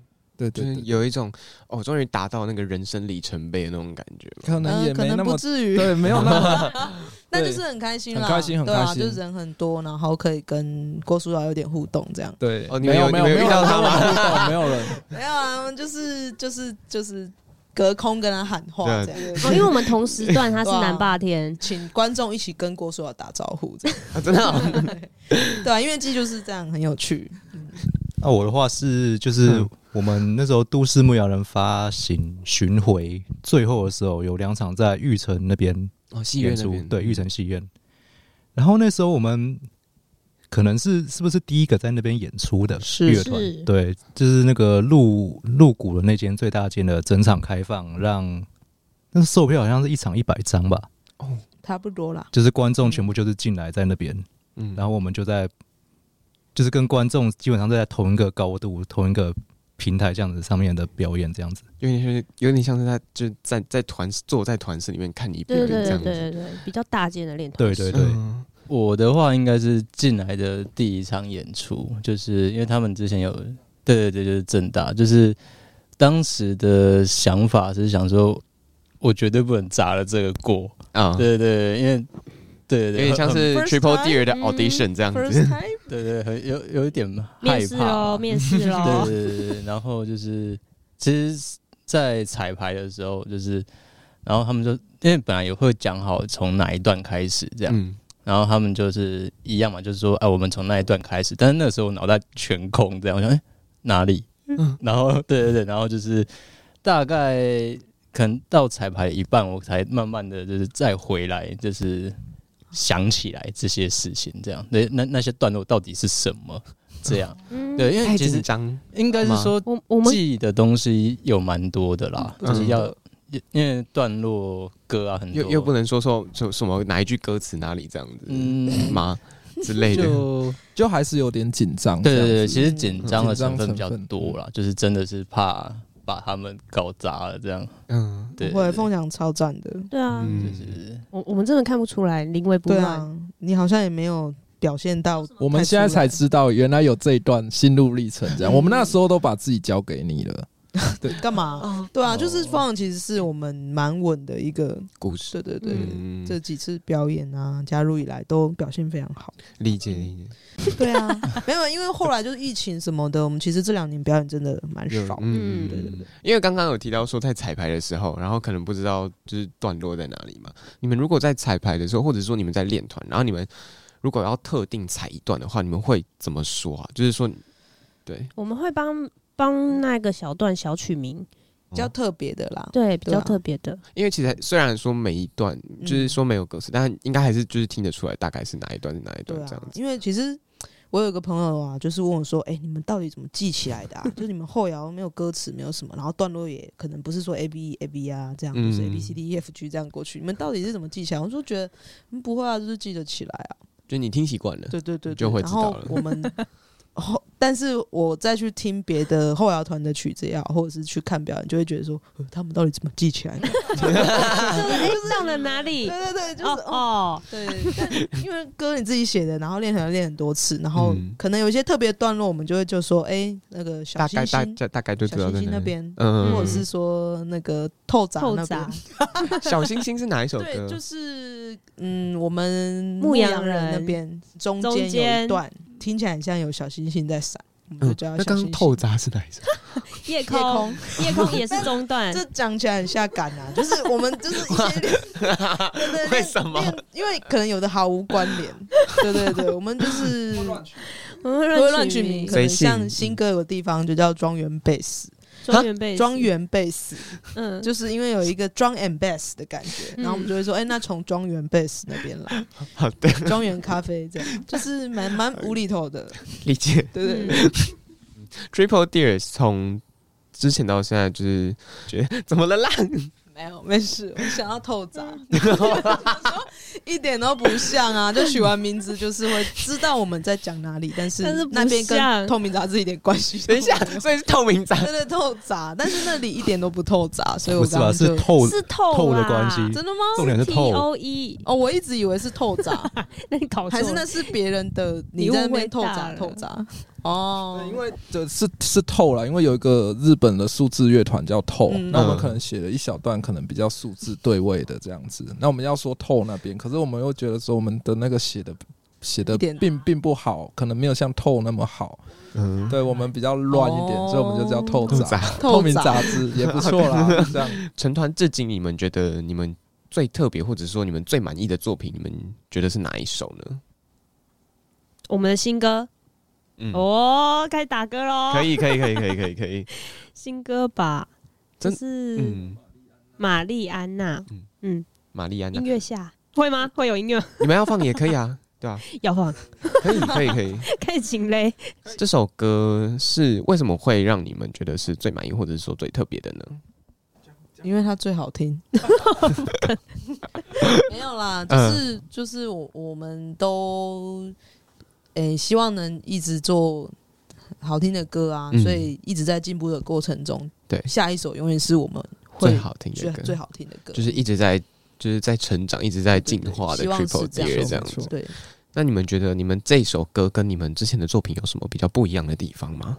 [SPEAKER 1] 就
[SPEAKER 4] 对
[SPEAKER 1] 是
[SPEAKER 4] 对，
[SPEAKER 1] 有一种哦，终于达到那个人生里程碑的那种感觉嘛，
[SPEAKER 4] 可能也
[SPEAKER 2] 呃，可
[SPEAKER 4] 没那
[SPEAKER 2] 能
[SPEAKER 4] 么
[SPEAKER 2] 不至于， (laughs)
[SPEAKER 4] 对，没有那么
[SPEAKER 1] (laughs)
[SPEAKER 2] 那就
[SPEAKER 4] 对
[SPEAKER 2] 是很开心
[SPEAKER 4] 很
[SPEAKER 2] 啦，
[SPEAKER 4] 开心很
[SPEAKER 2] 对啊
[SPEAKER 4] 开心。
[SPEAKER 2] 就是人很多，然后可以跟郭书瑶有点互动这样
[SPEAKER 4] 对。
[SPEAKER 1] 哦你们
[SPEAKER 4] 没
[SPEAKER 1] 有
[SPEAKER 4] 没
[SPEAKER 1] 你们有
[SPEAKER 4] 没
[SPEAKER 1] 遇到他
[SPEAKER 4] 吗？没有人，
[SPEAKER 2] 没有啊，就是就是就是隔空跟他喊话这样，
[SPEAKER 3] 哦，因为我们同时段他是南霸天，
[SPEAKER 2] 请观众一起跟郭书瑶打招呼这样。
[SPEAKER 1] (laughs) 啊真的哦
[SPEAKER 2] (laughs) 对啊，因为这就是这样，很有趣。
[SPEAKER 5] 那我的话是，就是
[SPEAKER 1] 嗯
[SPEAKER 5] 我们那时候都市牧羊人发行巡回，最后的时候有两场在玉城那边
[SPEAKER 1] 哦，戏
[SPEAKER 5] 演
[SPEAKER 1] 院那
[SPEAKER 5] 出
[SPEAKER 1] 边，
[SPEAKER 5] 对，玉城戏院。然后那时候我们可能是是不是第一个在那边演出的
[SPEAKER 2] 是
[SPEAKER 5] 乐团
[SPEAKER 3] 是？
[SPEAKER 5] 对，就是那个鹿鹿谷的那间最大间的整场开放，让那售票好像是一场一百张吧，
[SPEAKER 2] 差不多啦，
[SPEAKER 5] 就是观众全部就是进来在那边，
[SPEAKER 1] 嗯，
[SPEAKER 5] 然后我们就在就是跟观众基本上都在同一个高度、同一个平台这样子上面的表演这样子。
[SPEAKER 1] 有点像是有点像是他就在在团坐在团室里面看你表
[SPEAKER 3] 对
[SPEAKER 1] 演
[SPEAKER 3] 对
[SPEAKER 1] 这
[SPEAKER 3] 对
[SPEAKER 1] 样子，
[SPEAKER 3] 对对，比较大件的练团。
[SPEAKER 5] 对对对，
[SPEAKER 1] 嗯
[SPEAKER 6] 我的话应该是进来的第一场演出，就是因为他们之前有，对对对，就是正大，就是当时的想法是想说，我绝对不能砸了这个锅，
[SPEAKER 1] 啊，
[SPEAKER 6] 对对对，因为对对
[SPEAKER 1] 有
[SPEAKER 6] 对，
[SPEAKER 1] 点像是
[SPEAKER 2] First
[SPEAKER 1] Triple
[SPEAKER 2] time，
[SPEAKER 1] Deer 的
[SPEAKER 3] 嗯
[SPEAKER 1] audition 这样子，
[SPEAKER 2] First time，
[SPEAKER 6] 很对对，很有有一点害
[SPEAKER 3] 面试
[SPEAKER 6] 怕啊
[SPEAKER 3] 喽，，面试哦喽。
[SPEAKER 6] (laughs) 对对对对，然后就是其实，在彩排的时候，就是然后他们就因为本来也会讲好从哪一段开始这样，
[SPEAKER 1] 嗯，
[SPEAKER 6] 然后他们就是一样嘛，就是说，哎、我们从那一段开始。但是那时候我脑袋全空，这样我想，哎、哪里？
[SPEAKER 1] 嗯
[SPEAKER 6] 然后 (laughs) 对对对，然后就是大概可能到彩排一半，我才慢慢的就是再回来，就是想起来这些事情，这样，那那那些段落到底是什么？这样，
[SPEAKER 3] 嗯，
[SPEAKER 6] 对，因为
[SPEAKER 1] 太
[SPEAKER 6] 其
[SPEAKER 1] 紧
[SPEAKER 6] 实
[SPEAKER 1] 张，
[SPEAKER 6] 应该是说
[SPEAKER 3] 我我们
[SPEAKER 6] 记的东西有蛮多的啦，
[SPEAKER 1] 嗯
[SPEAKER 6] 就是要因为段落歌啊很多，
[SPEAKER 1] 又又不能说说说什么哪一句歌词哪里这样子，
[SPEAKER 6] 嗯，
[SPEAKER 1] 吗之类的，
[SPEAKER 6] 就
[SPEAKER 4] 就还是有点紧张这
[SPEAKER 6] 对
[SPEAKER 4] 样子。
[SPEAKER 6] 对对，其实
[SPEAKER 2] 嗯
[SPEAKER 6] 紧张的
[SPEAKER 4] 紧张
[SPEAKER 6] 成分比较
[SPEAKER 4] 成分
[SPEAKER 6] 多啦，就是真的是怕把他们搞砸了这样。
[SPEAKER 1] 嗯
[SPEAKER 6] 对，
[SPEAKER 2] 不会凤翔超赞的。
[SPEAKER 3] 对啊，
[SPEAKER 6] 嗯就是
[SPEAKER 3] 我我们真的看不出来临危不
[SPEAKER 2] 对
[SPEAKER 3] 乱。
[SPEAKER 2] 啊，你好像也没有表现 (laughs) 到
[SPEAKER 4] 我们现在才知道，原来有这一段心路历程。
[SPEAKER 2] (laughs)
[SPEAKER 4] 这样，
[SPEAKER 2] 嗯
[SPEAKER 4] 我们那时候都把自己交给你了。
[SPEAKER 2] 干嘛。对啊，就是凤翔其实是我们蛮稳的一个，
[SPEAKER 1] 哦故事，
[SPEAKER 2] 对对对。
[SPEAKER 1] 嗯，
[SPEAKER 2] 这几次表演啊，加入以来都表现非常好。
[SPEAKER 1] 理解理解，
[SPEAKER 2] (laughs) 对啊， (laughs) 没有，因为后来就是疫情什么的，我们其实这两年表演真的蛮
[SPEAKER 1] 有
[SPEAKER 2] 少。
[SPEAKER 1] 嗯，
[SPEAKER 3] 对
[SPEAKER 1] 嗯因为刚刚有提到说在彩排的时候，然后可能不知道就是段落在哪里嘛。你们如果在彩排的时候，或者说你们在练团，然后你们如果要特定踩一段的话，你们会怎么说啊？就是说，对，
[SPEAKER 3] 我们会帮帮那个小段小取名，
[SPEAKER 2] 比较特别的啦，
[SPEAKER 3] 对，比
[SPEAKER 2] 对
[SPEAKER 3] 较
[SPEAKER 2] 啊
[SPEAKER 3] 特别的。
[SPEAKER 1] 因为其实虽然说每一段
[SPEAKER 2] 嗯
[SPEAKER 1] 就是说没有歌词，但应该还是就是听得出来大概是哪一段是哪一段
[SPEAKER 2] 对
[SPEAKER 1] 这样
[SPEAKER 2] 啊，
[SPEAKER 1] 子。
[SPEAKER 2] 因为其实我有一个朋友啊，就是问我说：“哎、你们到底怎么记起来的、啊？就是你们后摇没有歌词，没有什么，然后段落也可能不是说 A B A B 啊这样，就是 A
[SPEAKER 1] 嗯
[SPEAKER 2] B C D E F G 这样过去，你们到底是怎么记起来？”我说：“觉得、嗯、不会啊，就是记得起来啊。
[SPEAKER 1] 就你听习惯了”，
[SPEAKER 2] 对对对对
[SPEAKER 1] 就会知道了
[SPEAKER 2] 然后我们后，但是我再去听别的后摇团的曲子也好，或者是去看表演，就会觉得说，呃他们到底怎么记起来的？
[SPEAKER 3] 就是哎，到了哪
[SPEAKER 2] 对
[SPEAKER 3] 里？
[SPEAKER 2] 对对，就是
[SPEAKER 3] 哦
[SPEAKER 2] 哦
[SPEAKER 3] 哦，
[SPEAKER 2] 对，但因为歌你自己写的，然后练可能练很多次，然后
[SPEAKER 1] 嗯
[SPEAKER 2] 可能有一些特别段落，我们就会就说，哎、那个小
[SPEAKER 1] 大
[SPEAKER 2] 星
[SPEAKER 1] 概大
[SPEAKER 2] 星，
[SPEAKER 1] 大大概就知道
[SPEAKER 2] 小
[SPEAKER 1] 在
[SPEAKER 2] 星星
[SPEAKER 1] 哪
[SPEAKER 2] 那
[SPEAKER 1] 里。
[SPEAKER 2] 边，
[SPEAKER 1] 嗯，
[SPEAKER 2] 或者是说那个透闸
[SPEAKER 3] 透
[SPEAKER 2] 那边
[SPEAKER 3] 闸，
[SPEAKER 1] 小星星是哪一首
[SPEAKER 2] 对，
[SPEAKER 1] 歌？
[SPEAKER 2] 就是嗯，我们
[SPEAKER 3] 牧羊
[SPEAKER 2] 羊
[SPEAKER 3] 人
[SPEAKER 2] 那边中
[SPEAKER 3] 中
[SPEAKER 2] 间有
[SPEAKER 3] 间
[SPEAKER 2] 一段听起来很像有小星星在闪，我们就
[SPEAKER 1] 嗯，
[SPEAKER 2] 叫
[SPEAKER 1] 那
[SPEAKER 2] 它小
[SPEAKER 1] 刚
[SPEAKER 2] 星
[SPEAKER 1] 刚
[SPEAKER 2] 星。
[SPEAKER 1] 透砸是哪一首？
[SPEAKER 3] 夜
[SPEAKER 2] 夜
[SPEAKER 3] 空，
[SPEAKER 2] 空，
[SPEAKER 3] 夜空也是中
[SPEAKER 2] (laughs)
[SPEAKER 3] 段，
[SPEAKER 2] 这讲起来很下感啊，就是我们就是
[SPEAKER 1] (laughs)
[SPEAKER 2] 一些对对对
[SPEAKER 1] 为什么
[SPEAKER 2] 练因为可能有的毫无关联，对对对，我们就是
[SPEAKER 3] 嗯
[SPEAKER 2] 会乱取名，可
[SPEAKER 1] 随
[SPEAKER 2] 能
[SPEAKER 1] 性
[SPEAKER 2] 像新歌有个地方就叫庄园贝斯，
[SPEAKER 3] 庄园被
[SPEAKER 2] 庄，园贝斯
[SPEAKER 3] 嗯，
[SPEAKER 2] 就是因为有一个庄 and bass 的感觉，
[SPEAKER 3] 嗯
[SPEAKER 2] 然后我们就会说，哎，那从庄园贝斯那边来，
[SPEAKER 1] 好的，
[SPEAKER 2] 庄园咖啡这样，就是蛮蛮无厘头的，
[SPEAKER 1] 理解。
[SPEAKER 2] 对对对，
[SPEAKER 3] 嗯
[SPEAKER 1] Triple Deer 从之前到现在就是觉得怎么了啦？ (laughs)
[SPEAKER 2] 没有没事，我想要透砸， (laughs) 一点都不像啊，就取完名字就是会知道我们在讲哪里，但是
[SPEAKER 3] 但是不
[SPEAKER 2] 那边
[SPEAKER 3] 像
[SPEAKER 2] 跟透明杂志一点关系
[SPEAKER 1] 等
[SPEAKER 2] 都没
[SPEAKER 1] 一
[SPEAKER 2] 有，
[SPEAKER 1] 下，所以是透明砸。
[SPEAKER 2] 真的透砸，但是那里一点都不透砸，所以我
[SPEAKER 5] 不是
[SPEAKER 2] 刚
[SPEAKER 5] 吧？
[SPEAKER 2] 刚就是
[SPEAKER 5] 透
[SPEAKER 3] 是透
[SPEAKER 5] 透的
[SPEAKER 3] 啦
[SPEAKER 5] 关系，
[SPEAKER 2] 真的吗？
[SPEAKER 5] 重点是
[SPEAKER 3] 哦 T
[SPEAKER 5] 透。
[SPEAKER 3] O
[SPEAKER 2] (laughs)
[SPEAKER 3] E，
[SPEAKER 2] 哦，我一直以为是透
[SPEAKER 3] (laughs)
[SPEAKER 2] 砸，
[SPEAKER 3] 那你搞错
[SPEAKER 2] 还
[SPEAKER 3] 了，
[SPEAKER 2] 是那是别人的，
[SPEAKER 3] 你
[SPEAKER 2] 你在那
[SPEAKER 3] 误会
[SPEAKER 2] 边透
[SPEAKER 3] 大
[SPEAKER 2] 砸
[SPEAKER 3] 了
[SPEAKER 2] 透
[SPEAKER 1] (laughs)
[SPEAKER 2] 砸哦
[SPEAKER 4] 对，因为这是是透了，因为有一个日本的数字乐团叫透，
[SPEAKER 2] 嗯
[SPEAKER 4] 那我们可能写了一小段，可能比较数字对位的这样子。那我们要说透那边，可是我们又觉得说我们的那个写的写的
[SPEAKER 2] 一点
[SPEAKER 4] 并并不好，可能没有像透那么好。
[SPEAKER 1] 嗯，
[SPEAKER 4] 对我们比较乱一点，
[SPEAKER 2] 哦
[SPEAKER 4] 所以我们就叫透
[SPEAKER 1] 透
[SPEAKER 4] 杂。
[SPEAKER 1] 砸。
[SPEAKER 4] 透明
[SPEAKER 2] 砸
[SPEAKER 4] 杂志也不错啦，这样
[SPEAKER 1] 成团至今，你们觉得你们最特别，或者说你们最满意的作品，你们觉得是哪一首呢？
[SPEAKER 3] 我们的新歌
[SPEAKER 1] 嗯，
[SPEAKER 3] 哦，开始打歌喽，
[SPEAKER 1] 可以，可以，可以，可以，可以，可 (laughs) 以。
[SPEAKER 3] 新歌吧，就
[SPEAKER 1] 真
[SPEAKER 3] 是
[SPEAKER 1] 嗯，
[SPEAKER 3] 玛丽安娜，
[SPEAKER 1] 嗯
[SPEAKER 3] 嗯，
[SPEAKER 1] 玛丽安娜
[SPEAKER 3] 音，乐下会吗？会有音乐 (laughs)
[SPEAKER 1] 你们要放也可以 (laughs) 啊，对吧、
[SPEAKER 3] 要放，
[SPEAKER 1] 可以，可以，可以。
[SPEAKER 3] 开请嘞，
[SPEAKER 1] 这首歌是为什么会让你们觉得是最满意，或者是说最特别的呢？
[SPEAKER 2] 因为它最好
[SPEAKER 3] (laughs)
[SPEAKER 2] 听。没有啦，就
[SPEAKER 1] 嗯
[SPEAKER 2] 是就是我我们都诶、希望能一直做好听的歌啊，
[SPEAKER 1] 嗯
[SPEAKER 2] 所以一直在进步的过程中，
[SPEAKER 1] 对
[SPEAKER 2] 下一首永远是我们会
[SPEAKER 1] 最好听
[SPEAKER 2] 最
[SPEAKER 1] 的歌，
[SPEAKER 2] 最好听的歌，
[SPEAKER 1] 就是一直在就是在成长，一直在进
[SPEAKER 2] 对对
[SPEAKER 1] 化的
[SPEAKER 2] 希望
[SPEAKER 1] Triple
[SPEAKER 2] 是这样
[SPEAKER 1] Deer
[SPEAKER 4] 没
[SPEAKER 1] 这样
[SPEAKER 4] 错
[SPEAKER 1] 子。 (laughs)
[SPEAKER 2] 对。
[SPEAKER 1] 那你们觉得你们这首歌跟你们之前的作品有什么比较不一样的地方吗？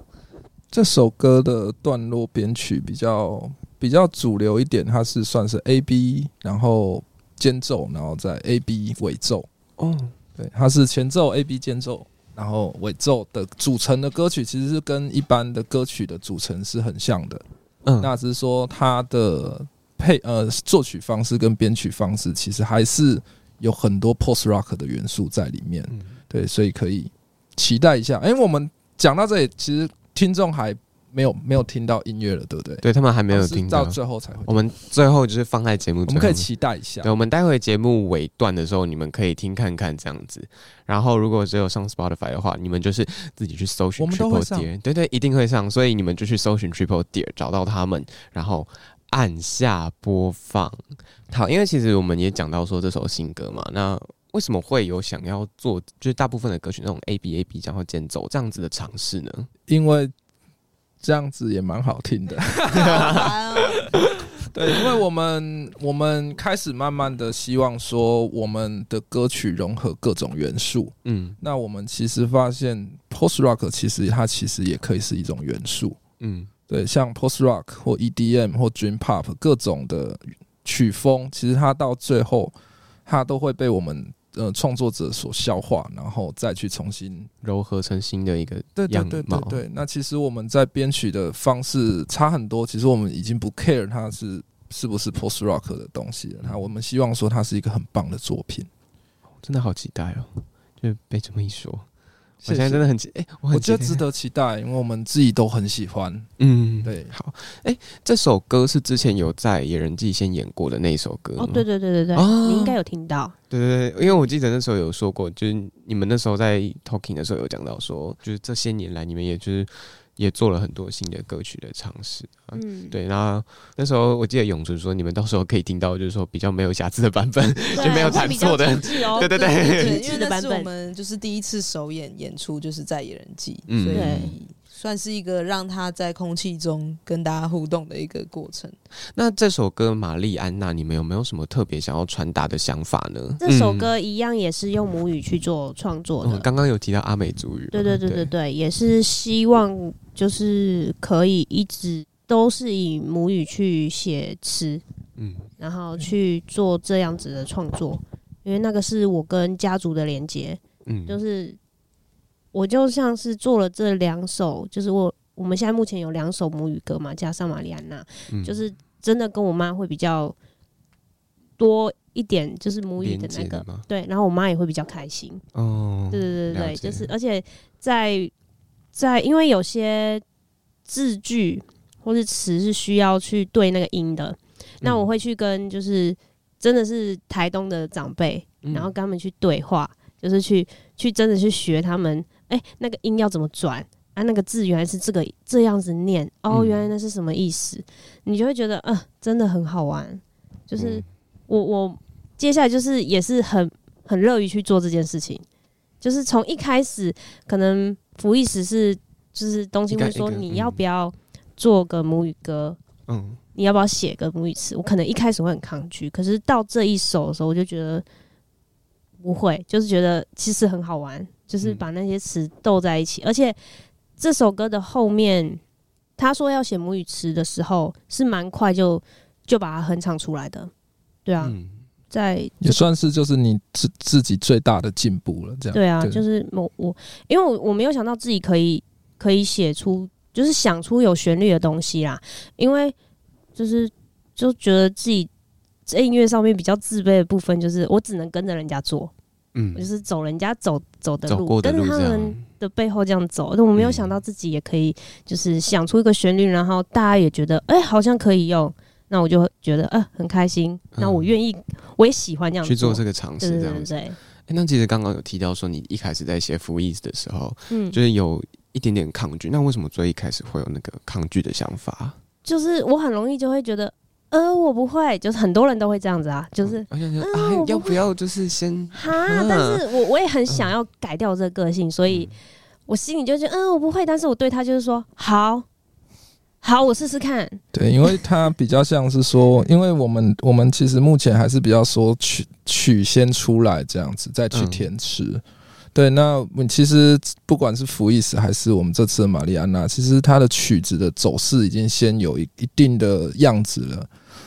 [SPEAKER 4] 这首歌的段落编曲比较比较主流一点，它是算是 A B，然后间奏，然后再 A B 尾奏。
[SPEAKER 1] 哦，
[SPEAKER 4] 对，它是前奏 A B 间奏，然后尾奏的组成的歌曲，其实是跟一般的歌曲的组成是很像的。
[SPEAKER 1] 嗯，
[SPEAKER 4] 那只是说它的配呃作曲方式跟编曲方式，其实还是有很多 post rock 的元素在里面。
[SPEAKER 1] 嗯
[SPEAKER 4] 对，所以可以期待一下。因为我们讲到这里，其实听众还没有没有听到音乐了，对不对？
[SPEAKER 1] 对他们还没有
[SPEAKER 4] 他是
[SPEAKER 1] 听
[SPEAKER 4] 到
[SPEAKER 1] 到，
[SPEAKER 4] 最后才会听。
[SPEAKER 1] 我们最后就是放在节目
[SPEAKER 4] 我
[SPEAKER 1] 最后，
[SPEAKER 4] 们可以期待一下
[SPEAKER 1] 对，。我们待会节目尾段的时候，你们可以听看看这样子。然后，如果只有上 Spotify 的话，你们就是自己去搜寻
[SPEAKER 4] 我们都会
[SPEAKER 1] Triple
[SPEAKER 4] 上
[SPEAKER 1] Deer，对对，一定会上。所以你们就去搜寻 Triple Deer，找到他们，然后按下播放。好，因为其实我们也讲到说这首新歌嘛，那为什么会有想要做，就是大部分的歌曲那种 A B A B 然后间奏这样子的尝试呢？
[SPEAKER 4] 因为这样子也蛮好听
[SPEAKER 1] (laughs)
[SPEAKER 4] 的。
[SPEAKER 2] 好烦哦
[SPEAKER 4] 对，因为我们我们开始慢慢的希望说，我们的歌曲融合各种元素。
[SPEAKER 1] 嗯
[SPEAKER 4] 那我们其实发现，post rock 其实它其实也可以是一种元素。
[SPEAKER 1] 嗯
[SPEAKER 4] 对，像 post rock 或 EDM 或 dream pop 各种的曲风，其实它到最后，它都会被我们呃创作者所消化，然后再去重新
[SPEAKER 1] 柔合成新的一个
[SPEAKER 4] 对对
[SPEAKER 1] 样
[SPEAKER 4] 对对
[SPEAKER 1] 貌
[SPEAKER 4] 对，那其实我们在编曲的方式差很多，其实我们已经不 care 它是是不是 post rock 的东西了，那我们希望说它是一个很棒的作品。
[SPEAKER 1] 真的好期待哦！就被这么一说，
[SPEAKER 4] 谢
[SPEAKER 1] 我现在
[SPEAKER 4] 谢
[SPEAKER 1] 真的很期，哎、我
[SPEAKER 4] 我
[SPEAKER 1] 很
[SPEAKER 4] 觉
[SPEAKER 1] 期
[SPEAKER 4] 得
[SPEAKER 1] 待
[SPEAKER 4] 值得期待，因为我们自己都很喜欢。
[SPEAKER 1] 嗯，
[SPEAKER 4] 对
[SPEAKER 1] 好，哎、这首歌是之前有在野人季先演过的那一首歌
[SPEAKER 3] 哦，
[SPEAKER 1] 吗
[SPEAKER 3] 对对对对对，
[SPEAKER 1] 哦
[SPEAKER 3] 你应该有听到，
[SPEAKER 1] 对对对，因为我记得那时候有说过，就是你们那时候在 talking 的时候有讲到说，就是这些年来你们也就是也做了很多新的歌曲的尝试。
[SPEAKER 3] 嗯，
[SPEAKER 1] 对，那那时候我记得永存说，你们到时候可以听到，就是说比较没有瑕疵的版本，
[SPEAKER 3] 对啊
[SPEAKER 1] 就没有弹错的
[SPEAKER 3] 是比较主制哦 (laughs)
[SPEAKER 1] 对对对
[SPEAKER 3] 对
[SPEAKER 2] 因为
[SPEAKER 3] 的
[SPEAKER 2] 那
[SPEAKER 3] 版
[SPEAKER 2] 是我
[SPEAKER 3] 本，
[SPEAKER 2] 们就是第一次首演演出，就是在野人记，
[SPEAKER 1] 嗯
[SPEAKER 2] 所
[SPEAKER 3] 对
[SPEAKER 2] 以算是一个让他在空气中跟大家互动的一个过程。
[SPEAKER 1] 那这首歌《玛丽安娜》，你们有没有什么特别想要传达的想法呢？
[SPEAKER 3] 这首歌一样也是用母语去做创作
[SPEAKER 1] 嗯，
[SPEAKER 3] 的
[SPEAKER 1] 嗯，刚刚有提到阿美族语嘛，
[SPEAKER 3] 对对对对对，也是希望就是可以一直都是以母语去写词，
[SPEAKER 1] 嗯
[SPEAKER 3] 然后去做这样子的创作，因为那个是我跟家族的连接，
[SPEAKER 1] 嗯，
[SPEAKER 3] 就是我就像是做了这两首，就是我我们现在目前有两首母语歌嘛，加上玛丽安娜，
[SPEAKER 1] 嗯
[SPEAKER 3] 就是真的跟我妈会比较多一点，就是母语的那
[SPEAKER 1] 连接的
[SPEAKER 3] 个
[SPEAKER 1] 吗，
[SPEAKER 3] 对，然后我妈也会比较开心，
[SPEAKER 1] 哦，
[SPEAKER 3] 对对对
[SPEAKER 1] 了
[SPEAKER 3] 对，
[SPEAKER 1] 解
[SPEAKER 3] 就是而且在在因为有些字句或是词是需要去对那个音的，那
[SPEAKER 1] 嗯
[SPEAKER 3] 我会去跟就是真的是台东的长辈，
[SPEAKER 1] 嗯，
[SPEAKER 3] 然后跟他们去对话，就是去去真的去学他们，哎、那个音要怎么转啊？那个字原来是这个这样子念，哦，
[SPEAKER 1] 嗯
[SPEAKER 3] 原来那是什么意思？你就会觉得，嗯、真的很好玩。就是
[SPEAKER 1] 嗯
[SPEAKER 3] 我我接下来就是也是很很乐于去做这件事情，就是从一开始可能福意识是就是东兴
[SPEAKER 1] 一个
[SPEAKER 3] 会说
[SPEAKER 1] 一个
[SPEAKER 3] 你要
[SPEAKER 1] 嗯
[SPEAKER 3] 不要做个母语歌，
[SPEAKER 1] 嗯
[SPEAKER 3] 你要不要写个母语词？我可能一开始会很抗拒，可是到这一首的时候，我就觉得不会，就是觉得其实很好玩，就是
[SPEAKER 1] 嗯
[SPEAKER 3] 把那些词斗在一起。而且这首歌的后面，他说要写母语词的时候，是蛮快就就把它哼唱出来的。对啊，
[SPEAKER 1] 嗯
[SPEAKER 3] 在
[SPEAKER 4] 也算是就是你自自己最大的进步了，这样
[SPEAKER 3] 对啊，就是我我，因为我我没有想到自己可以可以写出，就是想出有旋律的东西啦。因为就是就觉得自己在音乐上面比较自卑的部分，就是我只能跟着人家做，我就
[SPEAKER 1] 嗯，
[SPEAKER 3] 是走人家走走的
[SPEAKER 1] 走
[SPEAKER 3] 路，
[SPEAKER 1] 过的
[SPEAKER 3] 跟着
[SPEAKER 1] 路
[SPEAKER 3] 他
[SPEAKER 1] 这
[SPEAKER 3] 们
[SPEAKER 1] 样，嗯
[SPEAKER 3] 的背后这样走。但我没有想到自己也可以，就是想出一个旋律，然后大家也觉得哎、好像可以用，那我就觉得呃很开心，那我愿意，我也喜欢这样
[SPEAKER 1] 嗯去做
[SPEAKER 3] 做
[SPEAKER 1] 这。个尝
[SPEAKER 3] 对
[SPEAKER 1] 试这
[SPEAKER 3] 对对
[SPEAKER 1] 样
[SPEAKER 3] 对
[SPEAKER 1] 子。
[SPEAKER 3] 对，
[SPEAKER 1] 哎，那其实刚刚有提到说，你一开始在写福音的时候，
[SPEAKER 3] 嗯，
[SPEAKER 1] 就是有一点点抗拒，那为什么最一开始会有那个抗拒的想法？
[SPEAKER 3] 就是我很容易就会觉得，呃，我不会，就是很多人都会这样子啊，就是
[SPEAKER 1] 嗯，我啊想想
[SPEAKER 3] 嗯
[SPEAKER 1] 啊
[SPEAKER 3] 我，不
[SPEAKER 1] 要不要就是先
[SPEAKER 3] 哈，但是我我也很想要改掉这个个性，所
[SPEAKER 1] 嗯
[SPEAKER 3] 以我心里就觉得，嗯，我不会，但是我对他就是说，好，好，我试试看，
[SPEAKER 4] 对，因为它比较像
[SPEAKER 3] (laughs)
[SPEAKER 4] 是说，因为我们我们其实目前还是比较说曲曲先出来这样子，再去
[SPEAKER 1] 嗯
[SPEAKER 4] 填词。对，那我们其实不管是福伊斯还是我们这次的玛丽安娜，其实它的曲子的走势已经先有一一定的样子了，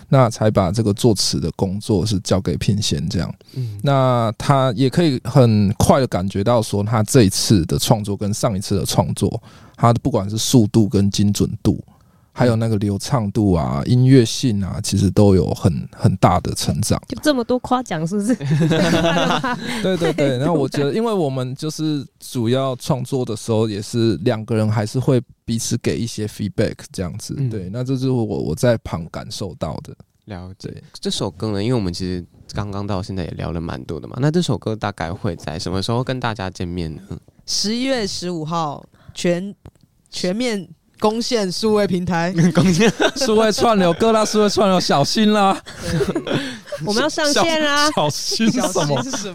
[SPEAKER 4] 那才把这个作词的工作是交给品贤这样。
[SPEAKER 1] 嗯
[SPEAKER 4] 那他也可以很快的感觉到说，他这一次的创作跟上一次的创作，他的不管是速度跟精准度，还有那个流畅度啊、音乐性啊，其实都有很很大的成长。
[SPEAKER 3] 就这么多夸奖，是
[SPEAKER 1] (laughs)
[SPEAKER 3] 不是？
[SPEAKER 4] (laughs)
[SPEAKER 3] (laughs)
[SPEAKER 4] 对 (laughs) 对对，
[SPEAKER 3] 对
[SPEAKER 4] 然后我觉得，因为我们就是主要创作的时候，也是两个人还是会彼此给一些 feedback 这样子。
[SPEAKER 1] 嗯
[SPEAKER 4] 对，那这就是我我在旁感受到的。
[SPEAKER 1] 了解
[SPEAKER 4] (laughs) 对
[SPEAKER 1] 这首歌呢，因为我们其实刚刚到现在也聊了蛮多的嘛。那这首歌大概会在什么时候跟大家见面呢？
[SPEAKER 2] 十一月十五号全全面攻陷数位
[SPEAKER 1] (laughs)
[SPEAKER 2] 平台，
[SPEAKER 4] 数位串流各大数位串流，小心啦！
[SPEAKER 3] 我们要上线啦，
[SPEAKER 4] 小心
[SPEAKER 2] 小
[SPEAKER 4] 什么
[SPEAKER 2] 心？是什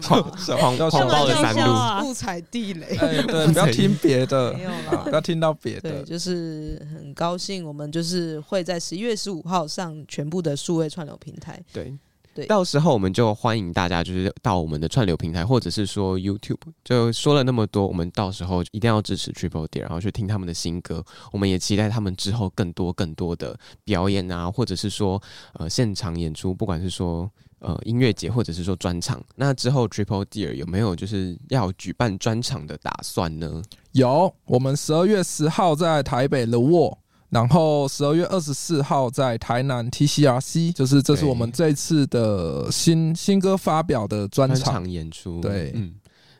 [SPEAKER 2] 么？
[SPEAKER 3] (laughs)
[SPEAKER 1] 谎
[SPEAKER 4] 要
[SPEAKER 1] 谎
[SPEAKER 3] 干嘛
[SPEAKER 1] 报的
[SPEAKER 3] 叫
[SPEAKER 1] 三
[SPEAKER 3] 嚣
[SPEAKER 1] 路，
[SPEAKER 3] 啊？
[SPEAKER 2] 不踩地雷，
[SPEAKER 4] 哎，对，不要听别 (laughs) 的
[SPEAKER 2] (laughs) 没，有
[SPEAKER 4] 啊
[SPEAKER 2] 啦
[SPEAKER 3] (laughs)
[SPEAKER 2] (laughs)
[SPEAKER 4] 不。要听到别
[SPEAKER 2] 对，
[SPEAKER 4] 的。
[SPEAKER 2] 就是很高兴，我们就是会在十一月十五号上全部的数位串流平台。
[SPEAKER 1] 对。
[SPEAKER 2] 对
[SPEAKER 1] 到时候我们就欢迎大家，就是到我们的串流平台，或者是说 YouTube。就说了那么多，我们到时候一定要支持 Triple D，然后去听他们的新歌。我们也期待他们之后更多更多的表演啊，或者是说呃现场演出，不管是说呃音乐节，或者是说专场。那之后 Triple D 有没有就是要举办专场的打算呢？
[SPEAKER 4] 有，我们十二月十号在台北 The Wall，然后十二月二十四号在台南 TCRC，就是这是
[SPEAKER 1] 对
[SPEAKER 4] 我们这一次的新新歌发表的专
[SPEAKER 1] 专
[SPEAKER 4] 场。
[SPEAKER 1] 场演出，
[SPEAKER 4] 对
[SPEAKER 1] 嗯。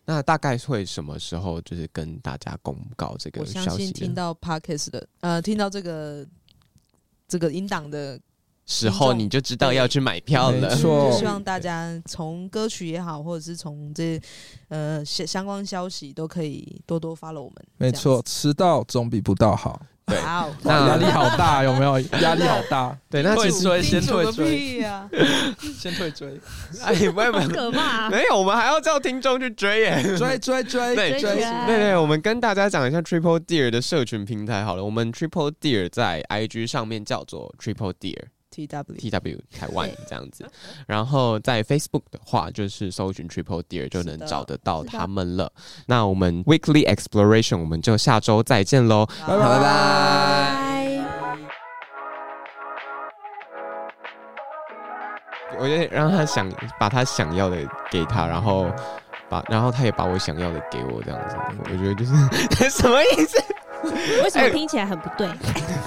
[SPEAKER 1] 那大概会什么时候就是跟大家公告这个
[SPEAKER 2] 我
[SPEAKER 1] 消
[SPEAKER 2] 相
[SPEAKER 1] 息呢？
[SPEAKER 2] 信听到 Parkes 的，呃，听到这个这个音档的
[SPEAKER 7] 时候，
[SPEAKER 2] 听众
[SPEAKER 7] 你就知道要去买票
[SPEAKER 1] 没
[SPEAKER 7] 了。
[SPEAKER 1] 错
[SPEAKER 2] 就希望大家从歌曲也好，或者是从这呃相相关消息都可以多多 follow 我们。
[SPEAKER 4] 没错，迟到总比不到好。
[SPEAKER 2] 这样子，
[SPEAKER 4] 哇
[SPEAKER 1] 那
[SPEAKER 4] 压力好
[SPEAKER 1] (laughs)
[SPEAKER 4] 大，有没有？压力好大，
[SPEAKER 1] 对，那其
[SPEAKER 7] 退
[SPEAKER 1] 实
[SPEAKER 7] 追，(laughs)
[SPEAKER 2] 先
[SPEAKER 7] 先退追。
[SPEAKER 2] 追呀！
[SPEAKER 4] 先退追，
[SPEAKER 7] 哎，不会不
[SPEAKER 3] 好 (laughs)
[SPEAKER 7] 会，
[SPEAKER 3] 可怕、啊。
[SPEAKER 7] 没有，我们还要叫听众去追耶。
[SPEAKER 4] 追追追
[SPEAKER 7] 对
[SPEAKER 3] 追起
[SPEAKER 4] 追！
[SPEAKER 3] 来
[SPEAKER 1] (laughs) 对对，我们跟大家讲一下 Triple Deer 的社群平台好了。我们 Triple Deer 在 IG 上面叫做 Triple Deer
[SPEAKER 2] T W
[SPEAKER 1] T W 台湾这样子，然后在 Facebook 的话就是搜寻 Triple Deer 就能
[SPEAKER 2] 是的
[SPEAKER 1] 找得到
[SPEAKER 3] 是的
[SPEAKER 1] 他们了。那我们 Weekly Exploration 我们就下周再见喽，拜
[SPEAKER 2] 拜
[SPEAKER 1] 拜。
[SPEAKER 3] 拜。
[SPEAKER 1] 我就让他想把他想要的给他，然后把然后他也把我想要的给我这样子。我觉得就是 (laughs) 什么意思？
[SPEAKER 3] 为什
[SPEAKER 1] 哎
[SPEAKER 3] 么听起来很不对？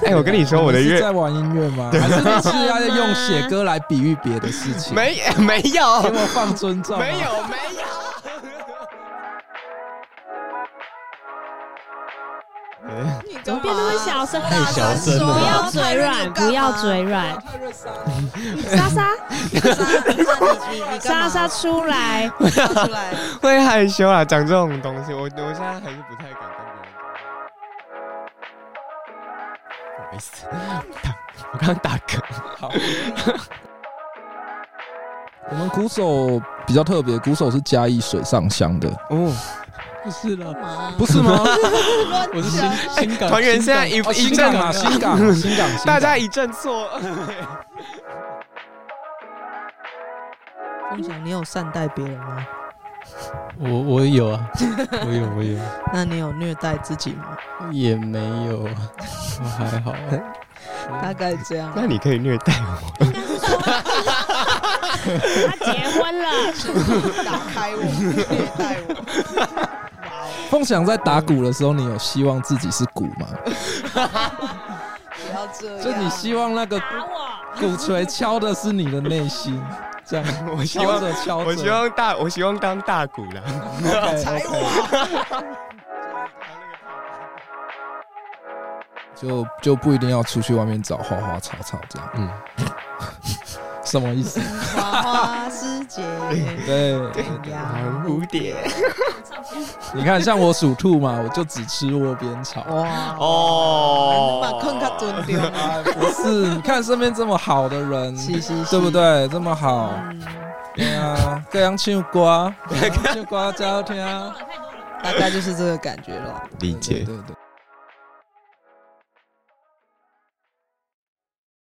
[SPEAKER 1] 哎、我跟你说，我的
[SPEAKER 4] 你是
[SPEAKER 1] 乐
[SPEAKER 4] 在玩音乐
[SPEAKER 1] (laughs)
[SPEAKER 4] 吗？还是你是要用写歌来比喻别的事情？
[SPEAKER 1] 没没有
[SPEAKER 4] 给我放尊重，啊
[SPEAKER 1] 没有没有。
[SPEAKER 2] 怎么
[SPEAKER 3] 变那么小声？啊
[SPEAKER 1] 哎
[SPEAKER 6] 太小声了
[SPEAKER 3] 不要
[SPEAKER 6] 吧
[SPEAKER 3] 嘴软，不要嘴
[SPEAKER 1] (laughs)
[SPEAKER 3] 软。莎莎， (laughs) 莎
[SPEAKER 2] 莎
[SPEAKER 3] 莎
[SPEAKER 2] 莎
[SPEAKER 3] 出
[SPEAKER 4] (laughs)
[SPEAKER 3] 来。
[SPEAKER 2] 出来。
[SPEAKER 3] (laughs)
[SPEAKER 1] 会害羞啊，讲这种东西，我我现在还是不太敢跟别人讲。不好意思， (laughs) 打我刚刚打嗝。
[SPEAKER 4] 好。我们鼓手比较特别，鼓手是嘉义水上乡的，
[SPEAKER 1] 哦，
[SPEAKER 6] 不是啦，
[SPEAKER 4] 不是 (laughs) 吗？
[SPEAKER 6] 我是新
[SPEAKER 4] 哎
[SPEAKER 6] 新港
[SPEAKER 1] 团员现在一
[SPEAKER 4] 哦
[SPEAKER 1] 一
[SPEAKER 4] 新港
[SPEAKER 1] 阵
[SPEAKER 4] 啊，新港，新 (laughs) 港，
[SPEAKER 1] 大家一阵错。
[SPEAKER 2] 梦想，你有善待别人吗？
[SPEAKER 6] 我我有啊，我有我有。
[SPEAKER 2] 那你有虐待自己吗？
[SPEAKER 6] 也没有，我还好。
[SPEAKER 2] 大概这样。
[SPEAKER 1] 那你可以虐待
[SPEAKER 3] 应该是说他结婚了，
[SPEAKER 2] 打开我，虐待我。哇哦！
[SPEAKER 4] 凤翔在打鼓的时候，你有希望自己是鼓吗？
[SPEAKER 2] 不要这样。
[SPEAKER 4] (laughs) 就你希望那个
[SPEAKER 3] 打我。
[SPEAKER 4] (laughs) 鼓槌敲的是你的内心，这样
[SPEAKER 1] 我，我希
[SPEAKER 4] 敲
[SPEAKER 1] 望
[SPEAKER 4] 着敲着，
[SPEAKER 1] 我希望大，我希望当大鼓啦。
[SPEAKER 2] 踩我。
[SPEAKER 4] (laughs) 就就不一定要出去外面找花花草草这样，
[SPEAKER 1] 嗯，
[SPEAKER 4] 什么意思？
[SPEAKER 2] 花花世界。
[SPEAKER 4] (laughs) 对，哎
[SPEAKER 2] 呀
[SPEAKER 1] 蝴蝶。
[SPEAKER 4] 你看，像我属兔嘛，我就只吃窝边 (laughs) 草。
[SPEAKER 2] 哇
[SPEAKER 7] 哦
[SPEAKER 2] 把坑卡蹲掉。
[SPEAKER 4] 哎不是，你看身边这么好的人，
[SPEAKER 2] 是是是
[SPEAKER 4] 嗯对哦不对？这么好，
[SPEAKER 2] 嗯，
[SPEAKER 4] 对啊，各样唱歌，各样唱歌，只好听啊，
[SPEAKER 2] 大概就是这个感觉咯。
[SPEAKER 1] 理
[SPEAKER 4] 对对对。